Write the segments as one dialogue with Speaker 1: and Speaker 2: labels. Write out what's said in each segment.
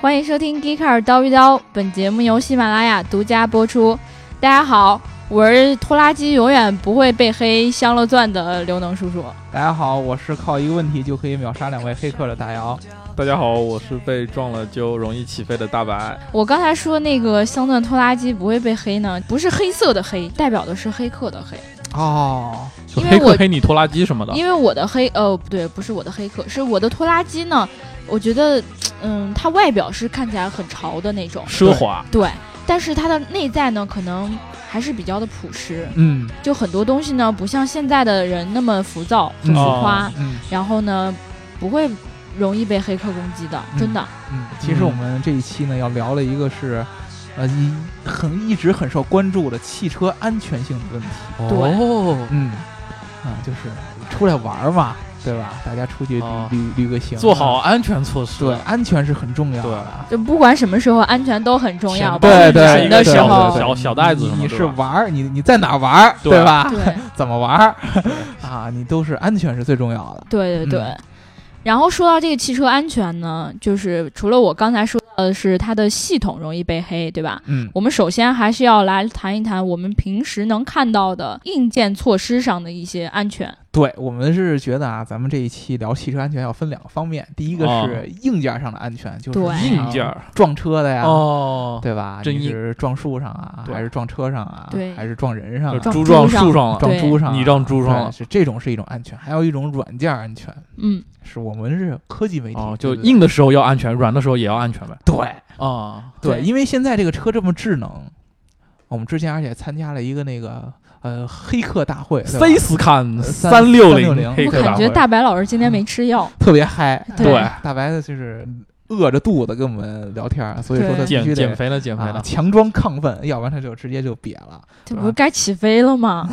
Speaker 1: 欢迎收听《Geeker 刀逼刀》，本节目由喜马拉雅独家播出。大家好，我是拖拉机永远不会被黑镶了钻的刘能叔叔。
Speaker 2: 大家好，我是靠一个问题就可以秒杀两位黑客的大姚。
Speaker 3: 大家好，我是被撞了就容易起飞的大白。
Speaker 1: 我刚才说那个镶钻拖拉机不会被黑呢，不是黑色的黑，代表的是黑客的黑。
Speaker 2: 哦，
Speaker 3: 就
Speaker 1: 因为
Speaker 3: 黑客
Speaker 1: 我
Speaker 3: 黑你拖拉机什么的，
Speaker 1: 因为我的黑呃不对，不是我的黑客，是我的拖拉机呢。我觉得，嗯，它外表是看起来很潮的那种，
Speaker 3: 奢华。
Speaker 1: 对，但是它的内在呢，可能还是比较的朴实。
Speaker 2: 嗯
Speaker 1: 就很多东西呢，不像现在的人那么浮躁、浮
Speaker 2: 嗯
Speaker 1: 夸，
Speaker 2: 嗯
Speaker 1: 然后呢，不会容易被黑客攻击的，真的。
Speaker 2: 嗯，其实我们这一期呢要聊的一个是，呃，一很一直很受关注的汽车安全性的问题。
Speaker 1: 对
Speaker 3: 哦，
Speaker 2: 嗯，啊，就是出来玩儿嘛，对吧？大家出去旅、
Speaker 3: 哦
Speaker 2: 旅旅个行，啊
Speaker 3: 做好安全措施。
Speaker 2: 对，安全是很重要的。
Speaker 1: 就不管什么时候，安全都很重要。
Speaker 3: 钱
Speaker 1: 包括
Speaker 2: 对
Speaker 1: 旅
Speaker 2: 对
Speaker 1: 行
Speaker 2: 对
Speaker 1: 的
Speaker 2: 对
Speaker 1: 时
Speaker 2: 对
Speaker 1: 候，
Speaker 2: 对
Speaker 3: 小
Speaker 2: 对啊
Speaker 3: 小袋子什么
Speaker 2: 你
Speaker 3: 的
Speaker 2: 是玩儿，你你在哪儿玩儿，
Speaker 3: 对
Speaker 2: 吧？
Speaker 1: 对
Speaker 2: 怎么玩 儿啊？你都是安全是最重要的。
Speaker 1: 对对对。
Speaker 2: 嗯
Speaker 1: 然后说到这个汽车安全呢，就是除了我刚才说到的是它的系统容易被黑，对吧？
Speaker 2: 嗯
Speaker 1: 我们首先还是要来谈一谈我们平时能看到的硬件措施上的一些安全。
Speaker 2: 对我们是觉得啊，咱们这一期聊汽车安全要分两个方面，第一个
Speaker 3: 哦
Speaker 2: 是硬件上的安全，就是
Speaker 1: 对
Speaker 2: 你
Speaker 3: 硬件儿
Speaker 2: 撞车
Speaker 1: 嗯
Speaker 2: 的呀，
Speaker 3: 哦，
Speaker 2: 对吧？
Speaker 3: 真
Speaker 2: 你
Speaker 3: 硬
Speaker 2: 是撞树上啊，
Speaker 3: 对
Speaker 2: 还是撞车上啊
Speaker 1: 对，
Speaker 2: 还是撞人上
Speaker 3: 就
Speaker 2: 啊？
Speaker 1: 撞
Speaker 3: 猪
Speaker 1: 猪
Speaker 3: 撞
Speaker 1: 上
Speaker 3: 树上了，
Speaker 2: 撞
Speaker 1: 对
Speaker 2: 猪上啊，
Speaker 3: 你撞猪上
Speaker 2: 对
Speaker 3: 了
Speaker 2: 是这种是一种安全，还有一种软件安全，
Speaker 1: 嗯，
Speaker 2: 是我们是科技媒体
Speaker 3: 哦，就
Speaker 2: 对不对
Speaker 3: 硬的时候要安全，软的时候也要安全呗。
Speaker 2: 对
Speaker 3: 啊，
Speaker 1: 对
Speaker 2: 对，因为现在这个车这么智能，我们之前而且参加了一个那个呃黑客大会对吧
Speaker 3: c 斯看
Speaker 2: 三
Speaker 3: 三六
Speaker 2: 360
Speaker 3: 黑
Speaker 1: 我
Speaker 3: 客
Speaker 1: 感
Speaker 3: 大
Speaker 1: 觉
Speaker 3: 会，
Speaker 1: 大白老师今天没吃药。
Speaker 2: 特别嗨，
Speaker 1: 对
Speaker 2: 大白呢就是饿着肚子跟我们聊天儿，所以说他
Speaker 1: 对
Speaker 2: 必
Speaker 3: 减
Speaker 2: 须得
Speaker 3: 减肥了，减肥
Speaker 2: 啊
Speaker 3: 了。
Speaker 2: 强装亢奋，要不然他就直接就瘪了。
Speaker 1: 这
Speaker 2: 吧
Speaker 1: 不是该起飞了吗？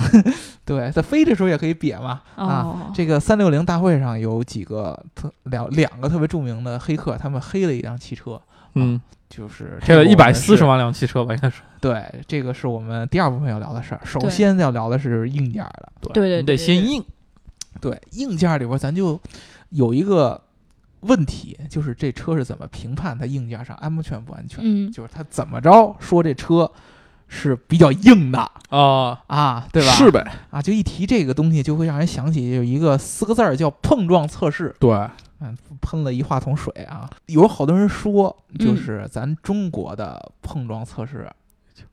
Speaker 2: 对，在飞的时候也可以瘪嘛。啊，
Speaker 1: 哦，
Speaker 2: 这个三六零大会上有几个特两两个特别著名的黑客，他们黑了一辆汽车，
Speaker 3: 嗯，
Speaker 2: 就是
Speaker 3: 黑了一百四十
Speaker 2: 万。
Speaker 3: 万辆汽车吧，应该是。
Speaker 2: 对，这个是我们第二部分要聊的事儿。首
Speaker 1: 对
Speaker 2: 先要聊的是硬件儿的，
Speaker 1: 对对
Speaker 3: 你
Speaker 1: 对
Speaker 3: 得
Speaker 1: 对
Speaker 3: 先
Speaker 1: 对
Speaker 3: 硬。
Speaker 2: 对硬件儿里边，咱就有一个问题，就是这车是怎么评判它硬件上安不全不安全？
Speaker 1: 嗯，
Speaker 2: 就是他怎么着说这车是比较硬的
Speaker 1: 哦
Speaker 3: 啊，
Speaker 2: 啊，对吧？
Speaker 3: 是呗？
Speaker 2: 啊，就一提这个东西，就会让人想起有一个四个字儿叫碰撞测试。
Speaker 3: 对，
Speaker 2: 嗯，喷了一话筒水啊！有好多人说，就
Speaker 1: 嗯
Speaker 2: 是咱中国的碰撞测试、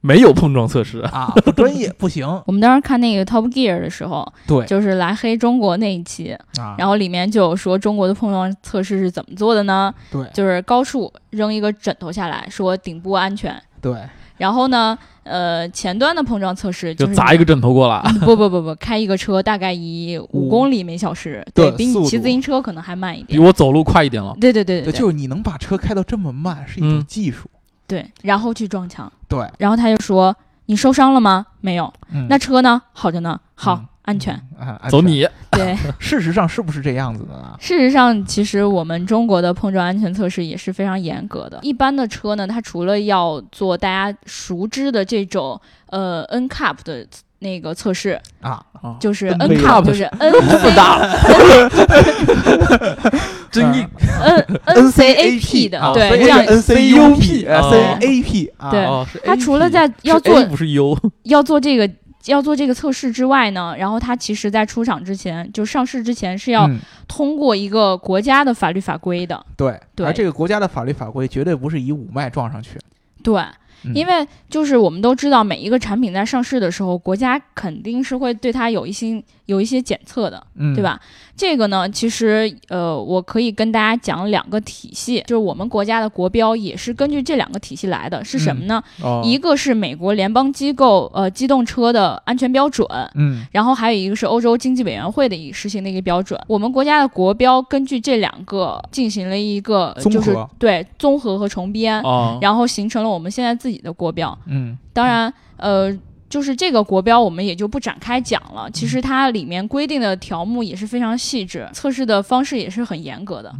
Speaker 3: 没有碰撞测试。
Speaker 2: 啊，不专业不行。
Speaker 1: 我们当时看那个 Top Gear 的时候，
Speaker 2: 对
Speaker 1: 就是来黑中国那一期，
Speaker 2: 啊，
Speaker 1: 然后里面就有说中国的碰撞测试是怎么做的呢？
Speaker 2: 对
Speaker 1: 就是高处扔一个枕头下来，说顶部安全。
Speaker 2: 对，
Speaker 1: 然后呢，呃，前端的碰撞测试
Speaker 3: 就是砸 一个枕头过来。
Speaker 1: 你，不不不不，开一个车大概以五
Speaker 2: 五
Speaker 1: 公里每小时，
Speaker 2: 对
Speaker 1: 比你
Speaker 2: 速
Speaker 1: 骑自
Speaker 2: 度
Speaker 1: 行车可能还慢一
Speaker 3: 比
Speaker 1: 点。
Speaker 3: 我走路快一点了。
Speaker 1: 对对对对
Speaker 2: 对，就是你能把车开到这么慢，是一
Speaker 3: 嗯
Speaker 2: 种技术。
Speaker 1: 对，然后去撞墙，
Speaker 2: 对，
Speaker 1: 然后他就说你受伤了吗？没有。
Speaker 2: 嗯
Speaker 1: 那车呢？好着呢，好，
Speaker 2: 嗯
Speaker 1: 安全。
Speaker 2: 嗯啊，安
Speaker 3: 走
Speaker 2: 全。
Speaker 3: 你
Speaker 1: 对，
Speaker 2: 事实上是不是这样子的呢？
Speaker 1: 事实上，其实我们中国的碰撞安全测试也是非常严格的。一般的车呢，它除了要做大家熟知的这种呃 N Cup 的那个测试，
Speaker 2: 啊，
Speaker 1: 就是 N
Speaker 2: N
Speaker 1: Cup
Speaker 2: cup
Speaker 1: 就是 N 这么大
Speaker 3: 真硬
Speaker 1: 嗯 N N C A P 的，
Speaker 2: 啊
Speaker 1: 对，
Speaker 2: 所以
Speaker 1: 这样
Speaker 2: 是 N C U P
Speaker 3: 啊
Speaker 2: C A P 啊，
Speaker 1: 对
Speaker 3: 哦！是 A
Speaker 1: 它除了
Speaker 3: P
Speaker 1: 在要
Speaker 3: 是
Speaker 1: 做
Speaker 3: A 不是 U
Speaker 1: 要做这个。要做这个测试之外呢，然后它其实在出厂之前，就上市之前是要
Speaker 2: 嗯
Speaker 1: 通过一个国家的法律法规的，
Speaker 2: 对，
Speaker 1: 对
Speaker 2: 而这个国家的法律法规绝对不是以五脉撞上去，
Speaker 1: 对。
Speaker 2: 嗯
Speaker 1: 因为就是我们都知道，每一个产品在上市的时候，国家肯定是会对它有一些有一些检测的，
Speaker 2: 嗯，
Speaker 1: 对？吧？这个呢，其实呃，我可以跟大家讲两个体系，就是我们国家的国标也是根据这两个体系来的，是什
Speaker 2: 嗯
Speaker 1: 么呢？
Speaker 3: 哦
Speaker 1: 一个是美国联邦机构呃机动车的安全标准。
Speaker 2: 嗯
Speaker 1: 然后还有一个是欧洲经济委员会的一实行的一个标准，我们国家的国标根据这两个进行了一个
Speaker 2: 综
Speaker 1: 就是
Speaker 2: 合
Speaker 1: 对综合和重编，
Speaker 3: 哦，
Speaker 1: 然后形成了我们现在自己的国标。
Speaker 2: 嗯
Speaker 1: 当然，呃，就是这个国标我们也就不展开讲了。其
Speaker 2: 嗯嗯
Speaker 1: 实它里面规定的条目也是非常细致，测试的方式也是很严格的。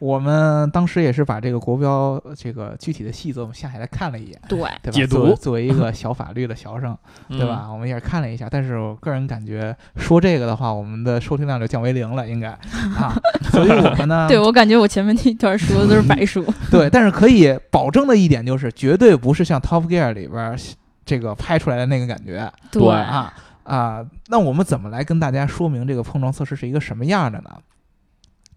Speaker 2: 我们当时也是把这个国标这个具体的细则我们下下来看了一眼，
Speaker 1: 对，
Speaker 2: 对吧？
Speaker 3: 解读嗯
Speaker 2: 作为作为一个小法律的学生，
Speaker 3: 对
Speaker 2: 对？吧？我们也是看了一下，但是我个人感觉说这个的话，我们的收听量就降为零了，应该 啊。所以我们呢，
Speaker 1: 对我感觉我前面那段说的都是白 说，
Speaker 2: 对，但是可以保证的一点就是，绝对不是像《Top Gear》里边儿这个拍出来的那个感觉
Speaker 1: 对
Speaker 3: 对
Speaker 2: 啊啊。那我们怎么来跟大家说明这个碰撞测试是一个什么样的呢？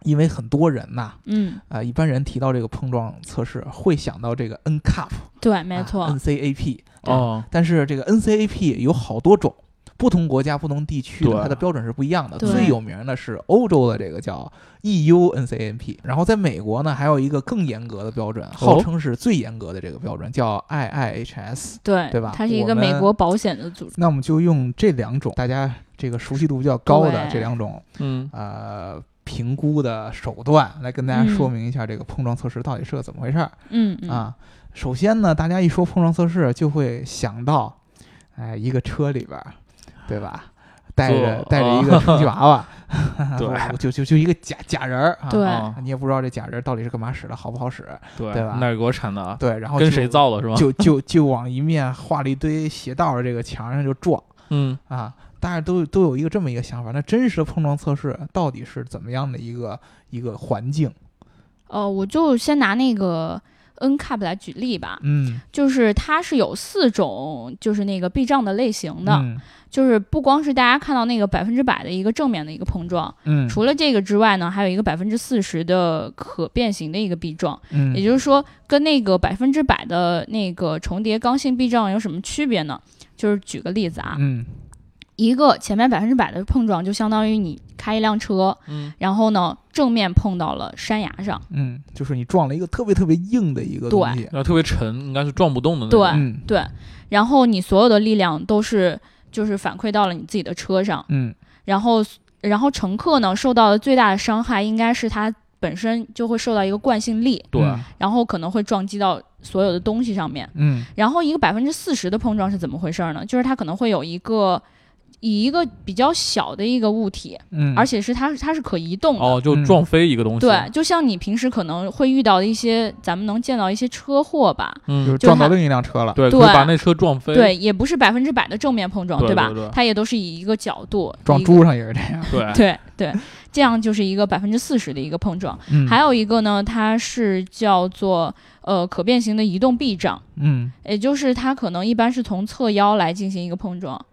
Speaker 2: 因为很多人呐、
Speaker 1: 嗯，
Speaker 2: 啊，一般人提到这个碰撞测试会想到这个 NCAP，
Speaker 1: 对，没错，
Speaker 2: 啊 n c a p
Speaker 1: 嗯
Speaker 3: 哦，
Speaker 2: 但是这个 NCAP 有好多种，不同国家、不同地区的
Speaker 3: 对
Speaker 2: 它的标准是不一样的。
Speaker 1: 对
Speaker 2: 最有名的是欧洲的这个叫 E EU NCAP，然后在美国呢还有一个更严格的标准，号称是最严格的这个标准叫 IIHS。
Speaker 1: 对，
Speaker 2: 对吧
Speaker 1: 它是一个
Speaker 2: 我们
Speaker 1: 美国保险的组织，
Speaker 2: 那我们就用这两种大家这个熟悉度比较高的
Speaker 1: 对
Speaker 2: 这两种
Speaker 3: 嗯，
Speaker 2: 呃评估的手段来跟大家
Speaker 1: 嗯
Speaker 2: 说明一下这个碰撞测试到底是个怎么回事儿。
Speaker 1: 嗯嗯，
Speaker 2: 啊。首先呢，大家一说碰撞测试，就会想到，哎，一个车里边儿，对吧？带着
Speaker 3: 坐啊
Speaker 2: 带着一个充气娃娃，
Speaker 3: 对
Speaker 2: 不就就就一个假假人儿啊，
Speaker 1: 对
Speaker 3: 哦
Speaker 2: 你也不知道这假人儿到底是干嘛使的，好不好使？
Speaker 3: 对
Speaker 2: 对吧
Speaker 3: 哪儿给我产的啊？
Speaker 2: 对，然后
Speaker 3: 跟
Speaker 2: 就
Speaker 3: 谁造啊 的是吗？
Speaker 2: 就就就往一面画了一堆斜道的这个墙上就撞
Speaker 3: 嗯，
Speaker 2: 啊。大家都都有一个这么一个想法，那真实的碰撞测试到底是怎么样的一个一个环境？
Speaker 1: 呃，我就先拿那个 NCAP 来举例吧，
Speaker 2: 嗯，
Speaker 1: 就是它是有四种，就是那个避障的类型的，
Speaker 2: 嗯
Speaker 1: 就是不光是大家看到那个百分之百的一个正面的一个碰撞，
Speaker 2: 嗯，
Speaker 1: 除了这个之外呢，还有一个百分之四十的可变形的一个避撞，
Speaker 2: 嗯
Speaker 1: 也就是说，跟那个百分之百的那个重叠刚性避障有什么区别呢？就是举个例子啊，
Speaker 2: 嗯
Speaker 1: 一个前面百分之百的碰撞，就相当于你开一辆车，
Speaker 3: 嗯，
Speaker 1: 然后呢正面碰到了山崖上，
Speaker 2: 嗯，就是你撞了一个特别特别硬的一个东西，
Speaker 3: 然后特别沉，应该是撞不动的那
Speaker 1: 对
Speaker 3: 种。
Speaker 2: 嗯
Speaker 1: 对，然后你所有的力量都是就是反馈到了你自己的车上，
Speaker 2: 嗯
Speaker 1: 然后然后乘客呢受到的最大的伤害应该是他本身就会受到一个惯性力，
Speaker 3: 对
Speaker 2: 嗯
Speaker 1: 然后可能会撞击到所有的东西上面。
Speaker 2: 嗯
Speaker 1: 然后一个百分之四十的碰撞是怎么回事儿呢？就是它可能会有一个以一个比较小的一个物体，
Speaker 2: 嗯，
Speaker 1: 而且是它它是可移动的。
Speaker 3: 哦，就
Speaker 2: 嗯
Speaker 3: 撞飞一个东西。
Speaker 1: 对，，就像你平时可能会遇到的一些，咱们能见到一些车祸吧，
Speaker 2: 就是
Speaker 3: 嗯，
Speaker 2: 撞到另一辆车了，
Speaker 3: 对，可
Speaker 1: 对
Speaker 3: 以把那车撞飞。
Speaker 1: 对，也不是百分之百的正面碰撞，
Speaker 3: 对
Speaker 1: 吧
Speaker 3: 对对
Speaker 1: 它也都是以一个角度
Speaker 2: 撞
Speaker 1: 一个
Speaker 2: 猪上也是这样，
Speaker 3: 对，
Speaker 1: 对对，这样就是一个百分之四十的一个碰撞。
Speaker 2: 嗯
Speaker 1: 还有一个呢，它是叫做呃可变形的移动避障，
Speaker 2: 嗯，
Speaker 1: 也就是它可能一般是从侧腰来进行一个碰撞。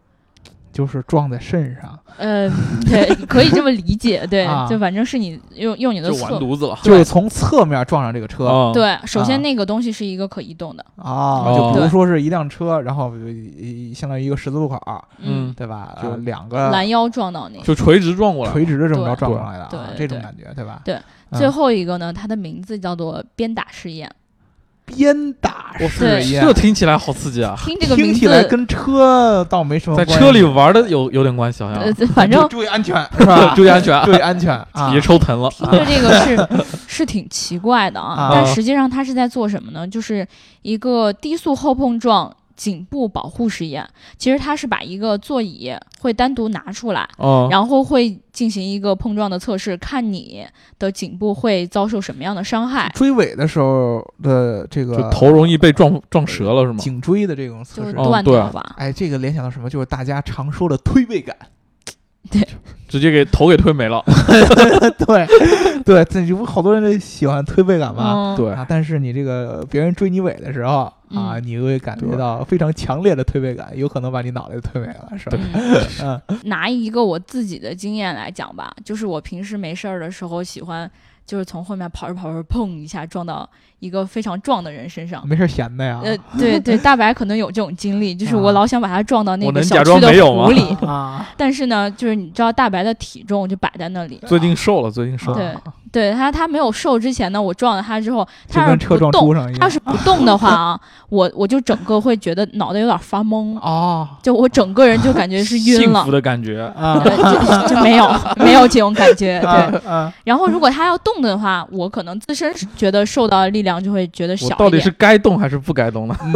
Speaker 2: 就是撞在肾上，
Speaker 1: 呃，对，可以这么理解，对，
Speaker 2: 啊
Speaker 1: 就反正是你用用你的
Speaker 3: 就完
Speaker 1: 侧。
Speaker 3: 犊子了。
Speaker 2: 就是从侧面撞上这个车
Speaker 3: 啊，
Speaker 1: 对，首
Speaker 2: 啊
Speaker 1: 先那个东西是一个可移动的，
Speaker 2: 啊，就
Speaker 3: 哦
Speaker 2: 比如说是一辆车，然后呃相当于一个十字路口，
Speaker 3: 嗯，
Speaker 2: 对吧？
Speaker 3: 就
Speaker 2: 呃两个
Speaker 1: 拦腰撞到你。
Speaker 3: 就垂直撞过来。
Speaker 2: 垂直的这么着撞上来的
Speaker 1: 对
Speaker 2: 啊，
Speaker 1: 对
Speaker 2: 这种
Speaker 1: 对
Speaker 2: 感觉对吧？
Speaker 1: 对
Speaker 2: 嗯，
Speaker 1: 最后一个呢，它的名字叫做鞭打试验，
Speaker 2: 鞭打
Speaker 3: 哇
Speaker 2: 试验
Speaker 3: 这，听起来好刺激啊！
Speaker 1: 听这个
Speaker 2: 听
Speaker 1: 名
Speaker 2: 起
Speaker 1: 字，
Speaker 2: 来跟车倒没什么
Speaker 3: 在
Speaker 2: 关系，
Speaker 3: 车里玩的有有点关系，好像？
Speaker 1: 呃，反正
Speaker 2: 注注意安全是吧
Speaker 3: 注意安全啊
Speaker 2: 注意安全啊！
Speaker 3: 别抽疼了。
Speaker 1: 听着这 个是是挺奇怪的啊
Speaker 2: 啊，
Speaker 1: 但实际上它是在做什么呢？就是一个低速后碰撞颈部保护实验。其实它是把一个座椅会单独拿出来，
Speaker 3: 哦，
Speaker 1: 然后会进行一个碰撞的测试，看你的颈部会遭受什么样的伤害。
Speaker 2: 追尾的时候的这
Speaker 3: 就
Speaker 2: 个
Speaker 3: 头容易被撞撞折了是吗？
Speaker 2: 颈椎的这种
Speaker 1: 就
Speaker 2: 测
Speaker 1: 是
Speaker 2: 试。
Speaker 3: 哦
Speaker 1: 断
Speaker 3: 对
Speaker 1: 掉吧，
Speaker 2: 哎，这个联想到什么？就是大家常说的推背感。
Speaker 3: 直接给头给推没了。
Speaker 2: 对，对，这你不好多人都喜欢推背感吗？
Speaker 1: 嗯，
Speaker 3: 对，
Speaker 2: 啊，但是你这个别人追你尾的时候啊，
Speaker 1: 嗯
Speaker 2: 你会感觉到非常强烈的推背感，有可能把你脑袋推没了，是吧？
Speaker 1: 嗯
Speaker 2: 嗯
Speaker 1: 拿一个我自己的经验来讲吧，就是我平时没事儿的时候喜欢，就是从后面跑着跑着，砰一下撞到一个非常壮的人身上。
Speaker 2: 没事儿闲的呀。
Speaker 3: 啊
Speaker 1: 呃，对对，大白可能有这种经历，就是
Speaker 2: 啊
Speaker 1: 我老想把他撞到那
Speaker 3: 我
Speaker 1: 个
Speaker 3: 能
Speaker 1: 小
Speaker 3: 假
Speaker 1: 区
Speaker 3: 装
Speaker 1: 的
Speaker 3: 没有吗
Speaker 1: 湖里，
Speaker 2: 啊，
Speaker 1: 但是呢，就是你知道大白的体重就摆在那里，
Speaker 3: 最近瘦了，最近瘦了。
Speaker 1: 对对他他没有瘦之前呢，我撞了他之后，
Speaker 2: 就
Speaker 1: 他要
Speaker 2: 跟
Speaker 1: 是
Speaker 2: 车
Speaker 1: 不
Speaker 2: 撞
Speaker 1: 动
Speaker 2: 猪，上一
Speaker 1: 他要
Speaker 2: 样。
Speaker 1: 是不动的话 啊，我我就整个会觉得脑袋有点发懵，
Speaker 2: 哦
Speaker 1: 就我整个人就感觉是晕
Speaker 3: 幸
Speaker 1: 了
Speaker 3: 福。的感觉。
Speaker 2: 啊
Speaker 1: 对 就就没有没有这种感觉，对。
Speaker 2: 啊啊！
Speaker 1: 然后如果他要动的话，我可能自身觉得受到的力量就会觉得
Speaker 3: 我
Speaker 1: 小
Speaker 3: 到
Speaker 1: 一
Speaker 3: 底
Speaker 1: 点
Speaker 3: 是。该动还是不该 动呢？
Speaker 2: 嗯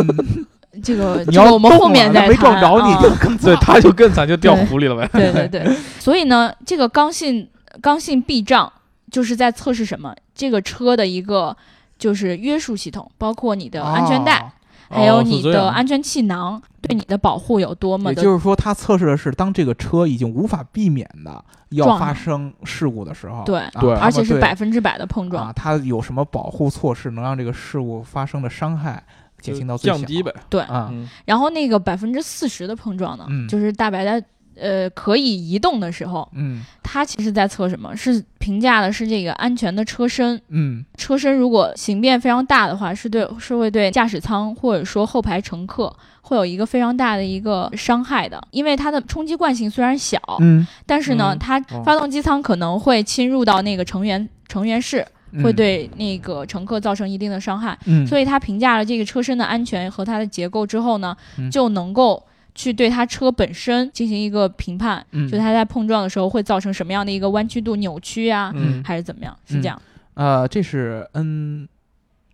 Speaker 1: 这个，
Speaker 2: 你
Speaker 1: 这
Speaker 2: 要
Speaker 1: 个我们
Speaker 2: 动
Speaker 1: 后
Speaker 2: 了
Speaker 1: 面
Speaker 2: 那
Speaker 1: 再
Speaker 2: 没
Speaker 1: 谈
Speaker 2: 撞着你
Speaker 1: 啊
Speaker 2: 就 更
Speaker 3: 对，
Speaker 2: 惨
Speaker 3: 他 就更惨，就掉湖里了呗。
Speaker 1: 对对对，所以呢，这个刚性刚性避障就是在测试什么这个车的一个就是约束系统，包括你的安全带，
Speaker 2: 哦
Speaker 1: 还有你
Speaker 3: 哦是这
Speaker 1: 的
Speaker 3: 样
Speaker 1: 安全气囊、对你的保护有多么
Speaker 2: 也
Speaker 1: 的
Speaker 2: 就是说，它测试的是当这个车已经无法避免的要
Speaker 1: 撞
Speaker 2: 发
Speaker 1: 了
Speaker 2: 生事故的时候，
Speaker 1: 对
Speaker 2: 啊
Speaker 3: 对
Speaker 1: 而且是百
Speaker 2: 百
Speaker 1: 分之百的碰撞。
Speaker 2: 啊，它有什么保护措施能让这个事故发生的伤害减轻到最小？
Speaker 3: 降低呗。
Speaker 2: 啊，
Speaker 3: 嗯，
Speaker 1: 然后那个百分之四十的碰撞呢，
Speaker 2: 嗯
Speaker 1: 就是大白在呃可以移动的时候，
Speaker 2: 嗯
Speaker 1: 它其实在测什么？是评价的是这个安全的车身。
Speaker 2: 嗯
Speaker 1: 车身如果形变非常大的话，是对是会对驾驶舱或者说后排乘客会有一个非常大的一个伤害的，因为它的冲击惯性虽然小，
Speaker 2: 嗯，
Speaker 1: 但是呢，
Speaker 3: 嗯
Speaker 1: 它发动机舱可能会侵入到那个成员成员室，
Speaker 2: 嗯
Speaker 1: 会，对那个乘客造成一定的伤害。
Speaker 2: 嗯，
Speaker 1: 所
Speaker 2: 以
Speaker 1: 以他评价了这个车身的安全和它的结构之后呢，
Speaker 2: 嗯
Speaker 1: 就能够去对它车本身进行一个评判，
Speaker 2: 嗯
Speaker 1: 就它在碰撞的时候会造成什么样的一个弯曲度、扭曲呀、
Speaker 3: 嗯
Speaker 1: 还是怎么样？是这样，
Speaker 2: 呃，这是 N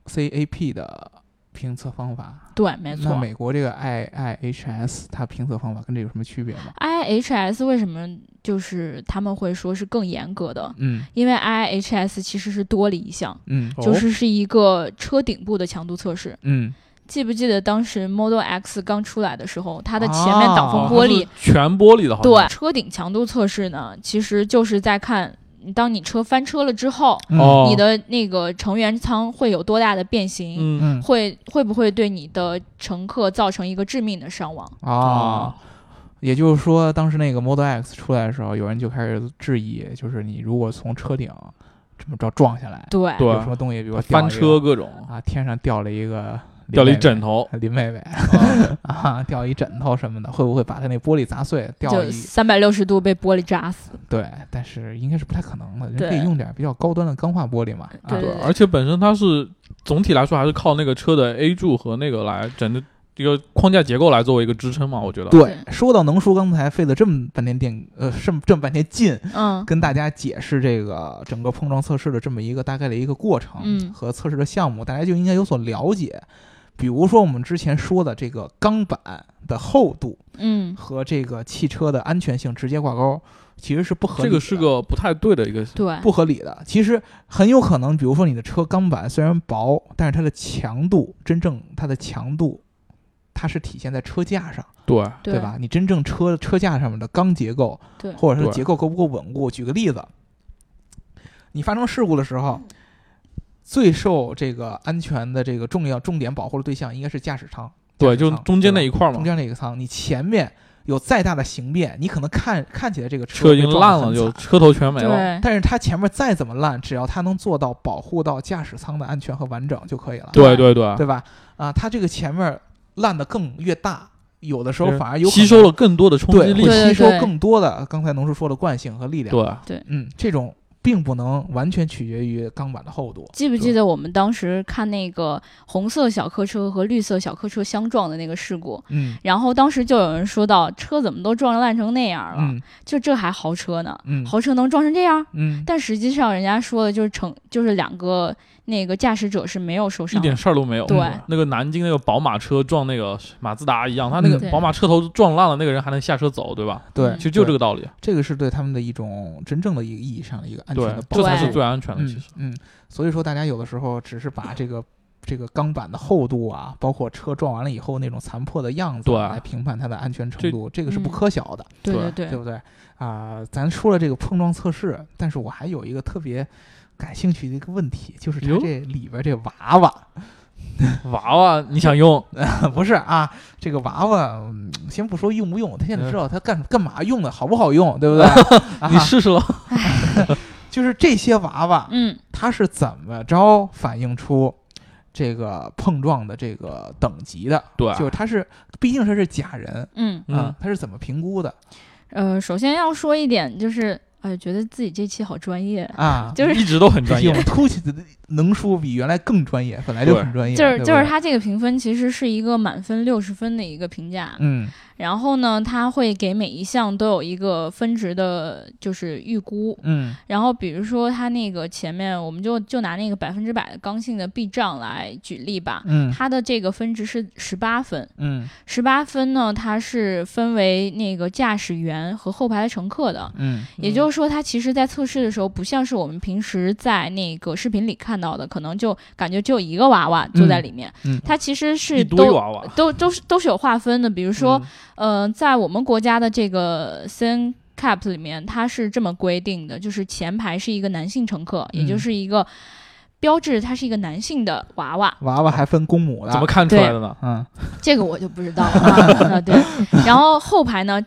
Speaker 2: C A P 的评测方法。
Speaker 1: 对，没
Speaker 2: 那
Speaker 1: 错。
Speaker 2: 美国这个 I I H S 它评测方法跟这有什么区别吗？
Speaker 1: IHS 为什么就是他们会说是更严格的？
Speaker 2: 嗯
Speaker 1: 因为 IHS 其实是多了一项，
Speaker 2: 嗯
Speaker 3: 哦
Speaker 1: 就是是一个车顶部的强度测试。
Speaker 2: 嗯，
Speaker 1: 记不记得当时 Model X 刚出来的时候，它的前面挡风
Speaker 2: 哦
Speaker 1: 玻璃
Speaker 3: 它是全玻璃的，啊 好像
Speaker 1: 对，车顶强度测试呢，其实就是在看嗯当你车翻车了之后，
Speaker 2: 嗯
Speaker 3: 哦，
Speaker 1: 你的那个乘员舱会有多大的变形，
Speaker 3: 嗯
Speaker 2: 嗯
Speaker 1: 会会不会对你的乘客造成一个致命的伤亡？
Speaker 3: 哦
Speaker 2: 啊，也就是说，当时那个 Model X 出来的时候，有人就开始质疑，就是你如果从车顶这么着撞下来，
Speaker 1: 对，
Speaker 3: 对
Speaker 2: 有什么东西，比如说掉
Speaker 3: 翻
Speaker 2: 一个
Speaker 3: 车各种，
Speaker 2: 啊，天上掉了一个林
Speaker 3: 掉了一
Speaker 2: 妹妹
Speaker 3: 枕头，
Speaker 2: 林妹妹 啊，
Speaker 3: 啊
Speaker 2: 掉一枕头什么的，会不会把她那玻璃砸碎？掉
Speaker 1: 就
Speaker 2: 一
Speaker 1: 三百六十度被玻璃扎死。
Speaker 2: 对，但是应该是不太可能的，人
Speaker 1: 对
Speaker 2: 可以用点比较高端的钢化玻璃嘛。啊
Speaker 1: 对
Speaker 3: 对，而且本身它是总体来说还是靠那个车的 A 柱和那个来整个一个框架结构来作为一个支撑嘛，我觉得。
Speaker 2: 对，说到能叔刚才费了这么半天电，呃，这么这么半天劲，
Speaker 1: 嗯，
Speaker 2: 跟大家解释这个整个碰撞测试的这么一个大概的一个过程，
Speaker 1: 嗯
Speaker 2: 和测试的项目，大家就应该有所了解。比如说我们之前说的这个钢板的厚度
Speaker 1: 嗯，
Speaker 2: 和这个汽车的安全性直接挂钩，其实是不合理的。
Speaker 3: 这个是个不太对的一个，
Speaker 1: 对，
Speaker 2: 不合理的。其实很有可能，比如说你的车钢板虽然薄，但是它的强度，真正它的强度，它是体现在车架上。
Speaker 3: 对，
Speaker 1: 对
Speaker 2: 对吧？？你真正车车架上面的钢结构，
Speaker 1: 对
Speaker 2: 或者是
Speaker 3: 对
Speaker 2: 结构够不够稳固？举个例子，你发生事故的时候，
Speaker 1: 嗯
Speaker 2: 最受这个安全的这个重要重点保护的对象应该是驾驶舱，
Speaker 3: 对，
Speaker 2: 驾驶
Speaker 3: 就
Speaker 2: 舱
Speaker 3: 中间那一
Speaker 2: 对吧
Speaker 3: 块儿嘛
Speaker 2: 中，间那一个舱，你前面有再大的形变，你可能看看起来这个
Speaker 3: 车已
Speaker 2: 被
Speaker 3: 经
Speaker 2: 撞得
Speaker 3: 烂了，
Speaker 2: 很
Speaker 3: 就
Speaker 2: 惨
Speaker 3: 车头全没了。
Speaker 1: 对，
Speaker 2: 但是它前面再怎么烂，只要它能做到保护到驾驶舱的安全和完整就可以了，
Speaker 3: 对对对，
Speaker 2: 对吧？啊，它这个前面烂的更越大，有的时候
Speaker 3: 就是
Speaker 2: 反而有可
Speaker 3: 吸
Speaker 2: 能
Speaker 3: 收了更多的冲击
Speaker 2: 对，
Speaker 3: 力。
Speaker 2: 会吸收
Speaker 1: 对对
Speaker 2: 更多的刚才农叔说的惯性和力量。，
Speaker 3: 对，
Speaker 2: 嗯，这种并不能完全取决于钢板的厚度。
Speaker 1: 记不记
Speaker 2: 对
Speaker 1: 得我们当时看那个红色小客车和绿色小客车相撞的那个事故？
Speaker 2: 嗯
Speaker 1: 然后当时就有人说到，车怎么都撞烂成那样了，
Speaker 2: 嗯
Speaker 1: 就这还豪车呢？
Speaker 2: 嗯
Speaker 1: 豪车能撞成这样？
Speaker 2: 嗯，
Speaker 1: 但实际上，人家说的就是成，就是两个那个驾驶者是没有受
Speaker 3: 一
Speaker 1: 伤的
Speaker 3: 点，事儿都没有。嗯
Speaker 1: 对
Speaker 3: 那个南京那个宝马车撞那个马自达一样，他那
Speaker 2: 嗯
Speaker 3: 个
Speaker 1: 对嗯
Speaker 3: 宝马车头撞烂了，那个人还能下车走，对吧？
Speaker 2: 对，
Speaker 3: 其实就这
Speaker 2: 对
Speaker 3: 个道理，
Speaker 2: 这个是对他们的一种真正的一个意义上的一个安全
Speaker 3: 对
Speaker 2: 的，保护。
Speaker 3: 这才是
Speaker 1: 对
Speaker 3: 最安全的。其
Speaker 2: 嗯
Speaker 3: 实，
Speaker 2: 嗯，所以说大家有的时候只是把这个。这个钢板的厚度啊，包括车撞完了以后那种残破的样子
Speaker 3: 对
Speaker 2: 啊，来评判它的安全程
Speaker 3: 这
Speaker 2: 度，这个是
Speaker 1: 嗯
Speaker 2: 不可小的。
Speaker 1: 对
Speaker 3: 对
Speaker 1: 对
Speaker 2: 对，不对？啊、咱说了这个碰撞测试，但是我还有一个特别感兴趣的一个问题，就是它
Speaker 3: 哟
Speaker 2: 这里边这娃娃
Speaker 3: 娃娃你想用，
Speaker 2: 不是啊，这个娃娃，嗯先不说用不用，他现在知道他干干嘛用的，好不好用，对不对？啊
Speaker 3: 你试试了。
Speaker 2: 就是这些娃娃，
Speaker 1: 嗯，
Speaker 2: 它是怎么着反映出？这个碰撞的这个等级的，
Speaker 3: 对
Speaker 2: 就是它是，毕竟它是假人
Speaker 1: 嗯，
Speaker 2: 啊
Speaker 3: 嗯，，
Speaker 2: 它是怎么评估的
Speaker 1: 呃，首先要说一点就是，哎，觉得自己这期好专业，
Speaker 2: 啊？
Speaker 1: 就是
Speaker 3: 一直都很专
Speaker 2: 这
Speaker 3: 业
Speaker 2: 我。们凸显的能说比原来更专业，本来就很专业，
Speaker 1: 就是
Speaker 2: 对不
Speaker 1: 就是
Speaker 2: 对，
Speaker 1: 它这个评分其实是一个满分六十分的一个评价，
Speaker 2: 嗯
Speaker 1: 然后呢，它会给每一项都有一个分值的，就是预估，
Speaker 2: 嗯
Speaker 1: 然后比如说它那个前面，我们就就拿那个百分之百的刚性的避障来举例吧，
Speaker 2: 嗯
Speaker 1: 它的这个分值是十八分，
Speaker 2: 嗯
Speaker 1: 十八分呢，它是分为那个驾驶员和后排的乘客的。
Speaker 2: 嗯
Speaker 1: 也就就说它其实，在测试的时候，不像是我们平时在那个视频里看到的，可能就感觉只有一个娃娃坐在里面。
Speaker 2: 嗯嗯
Speaker 1: 它其实是
Speaker 3: 一
Speaker 1: 都
Speaker 3: 堆娃娃。嗯
Speaker 1: 都都是都是有划分的。比如说，呃，在我们国家的这个 CN cap 里面，它是这么规定的，就是前排是一个男性乘客，也就
Speaker 2: 嗯
Speaker 1: 是一个标志，它是一个男性的娃娃。
Speaker 2: 娃娃还分公母
Speaker 3: 嗯
Speaker 2: 的，
Speaker 3: 怎么看出来的呢？
Speaker 2: 嗯，
Speaker 1: 这个我就不知道了啊。 啊对，然后后排呢，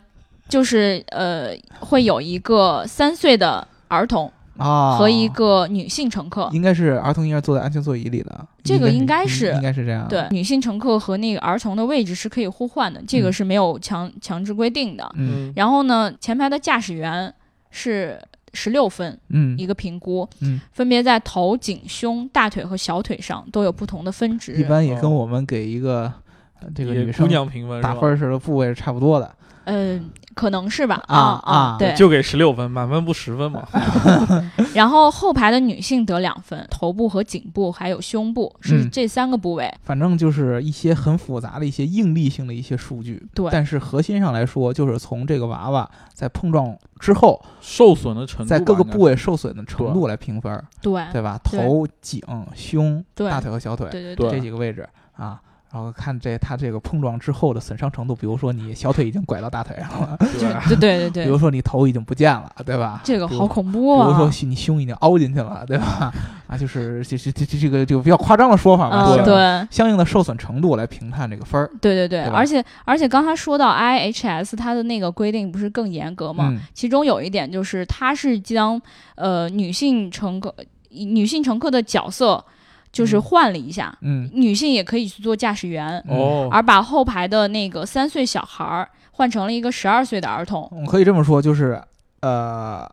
Speaker 1: 就是呃，会有一个三岁的儿童
Speaker 2: 啊，
Speaker 1: 和一个女性乘客。
Speaker 2: 应该是儿童婴儿坐在安全座椅里的，
Speaker 1: 这个
Speaker 2: 应
Speaker 1: 应该是
Speaker 2: 应应该是这样，
Speaker 1: 对，，女性乘客和那个儿童的位置是可以互换的，这个
Speaker 2: 嗯
Speaker 1: 是没有强强制规定的。
Speaker 2: 嗯
Speaker 1: 然后呢，前排的驾驶员是十六分
Speaker 2: 嗯
Speaker 1: 一个评估，
Speaker 2: 嗯，
Speaker 1: 分别在头、颈、胸、大腿和小腿上都有不同的分值。
Speaker 2: 一般也跟
Speaker 3: 哦
Speaker 2: 我们给一个呃这个
Speaker 3: 也
Speaker 2: 女
Speaker 3: 姑
Speaker 2: 生
Speaker 3: 娘评分是
Speaker 2: 打
Speaker 3: 吧？
Speaker 2: 分时的部位是差不多的，
Speaker 1: 嗯，可能是吧。
Speaker 2: 啊
Speaker 1: 啊
Speaker 2: 啊
Speaker 1: 对。
Speaker 3: 就给十六分，满分不十 分嘛？
Speaker 1: 然后后排的女性得两分，头部和颈部还有胸部是
Speaker 2: 嗯
Speaker 1: 这三个部位。
Speaker 2: 反正就是一些很复杂的一些应力性的一些数据。
Speaker 1: 对
Speaker 2: 但是核心上来说，就是从这个娃娃在碰撞之后，
Speaker 3: 受损的程度吧
Speaker 2: 在各个
Speaker 3: 应该
Speaker 2: 部位受损的程度来评分儿，
Speaker 1: 对
Speaker 2: 对吧？
Speaker 1: 对
Speaker 2: 头、颈、胸、
Speaker 1: 对
Speaker 2: 大腿和小腿
Speaker 1: 对对
Speaker 3: 对
Speaker 2: 这几个位置啊。然后看这它这个碰撞之后的损伤程度，比如说你小腿已经拐到大腿上了，
Speaker 3: 是吧
Speaker 1: 对对对
Speaker 2: 比
Speaker 1: 对
Speaker 2: 如，说你头已经不见了，对吧？
Speaker 1: 这个
Speaker 2: 比如
Speaker 1: 好恐怖
Speaker 2: 比如
Speaker 1: 啊
Speaker 2: 说！你胸已经凹进去了，对吧？啊，就是这这这这这个这个比较夸张的说法吧，
Speaker 1: 啊，
Speaker 2: 相
Speaker 1: 对
Speaker 2: 相应的受损程度来评判这个分儿。
Speaker 1: 对对对，
Speaker 2: 对吧
Speaker 1: 而且而且刚才说到 IHS 它的那个规定不是更严格吗？
Speaker 2: 嗯
Speaker 1: 其中有一点就是它是将呃女性乘客女性乘客的角色就是
Speaker 3: 嗯
Speaker 1: 换了一下，
Speaker 2: 嗯，
Speaker 1: 女性也可以去做驾驶员，
Speaker 3: 哦，
Speaker 1: 而把后排的那个三岁小孩儿换成了一个十二岁的儿童。
Speaker 2: 我可以这么说，就是呃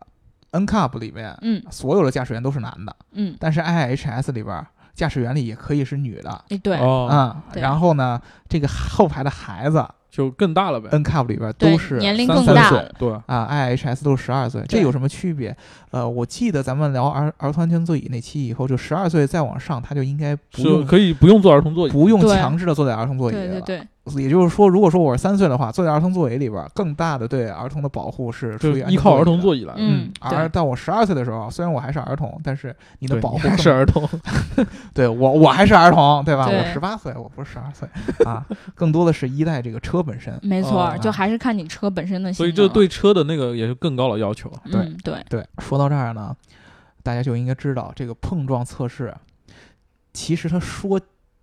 Speaker 2: ，NCAP 里面
Speaker 1: 嗯
Speaker 2: 所有的驾驶员都是男的，
Speaker 1: 嗯，
Speaker 2: 但是 IHS 里边儿驾驶员里也可以是女的。
Speaker 1: 诶对，
Speaker 3: 哦，
Speaker 2: 啊、
Speaker 1: 对
Speaker 2: 然后呢，这个后排的孩子
Speaker 3: 就更大了呗，
Speaker 2: NCAP 里边
Speaker 1: 对
Speaker 2: 都是
Speaker 1: 年龄
Speaker 3: 三
Speaker 1: 更
Speaker 3: 三
Speaker 1: 大
Speaker 3: 岁
Speaker 1: 了，
Speaker 3: 对，
Speaker 2: 啊，IHS 都是十二岁，这
Speaker 1: 对
Speaker 2: 有什么区别？呃，我记得咱们聊儿儿童安全座椅那期以后，就十二岁再往上，他就应该不
Speaker 3: 是
Speaker 2: 用
Speaker 3: 可以不用坐儿童座椅，
Speaker 2: 不用
Speaker 1: 对
Speaker 2: 强制的坐在儿童座椅
Speaker 1: 对对
Speaker 2: 了。
Speaker 1: 对，
Speaker 2: 也就是说，如果说我是三岁的话，坐在儿童座椅里边儿，更大的对儿童的保护是出
Speaker 3: 就
Speaker 2: 于
Speaker 3: 是依靠儿童
Speaker 2: 椅
Speaker 3: 座椅来的。
Speaker 1: 嗯
Speaker 2: 的。
Speaker 1: 对
Speaker 2: 而到我十二岁的时候，虽然我还是儿童，但是你的
Speaker 3: 对
Speaker 2: 保护
Speaker 3: 你还
Speaker 2: 更
Speaker 3: 是 儿童，
Speaker 2: 对我我还是儿童，对吧？
Speaker 1: 对
Speaker 2: 我十八岁，我不是十二岁啊，更多的是依赖这个车本身。
Speaker 1: 没错儿，
Speaker 2: 哦
Speaker 1: 就还是看你车本身的性
Speaker 3: 所
Speaker 1: 能了。
Speaker 3: 以这对车的那个也是更高的要求。
Speaker 1: 嗯 对，
Speaker 2: 对，说到这儿呢，大家就应该知道这个碰撞测试，其实它说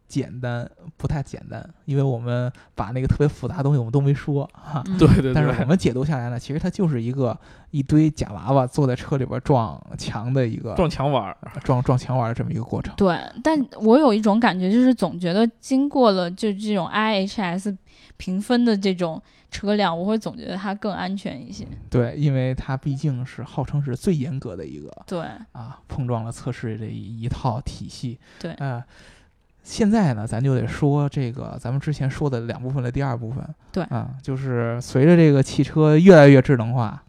Speaker 2: 简单不太简单，因为我们把那个特别复杂的东西我们都没说哈。
Speaker 1: 嗯
Speaker 3: 对对
Speaker 2: 但是我
Speaker 3: 对，
Speaker 2: 们解读下来呢，其实它就是一个一堆假娃娃坐在车里边撞墙的一个
Speaker 3: 撞墙玩儿，
Speaker 2: 撞撞墙玩的这么一个过程。
Speaker 1: 对，但我有一种感觉，就是总觉得经过了就这种 IHS 评分的这种车辆，我会总觉得它更安全一些。
Speaker 2: 对，因为它毕竟是号称是最严格的一个
Speaker 1: 对，
Speaker 2: 啊碰撞了测试这一一套体系。
Speaker 1: 对
Speaker 2: 呃，现在呢，咱就得说这个咱们之前说的两部分的第二部分。
Speaker 1: 对
Speaker 2: 啊，就是随着这个汽车越来越智能化，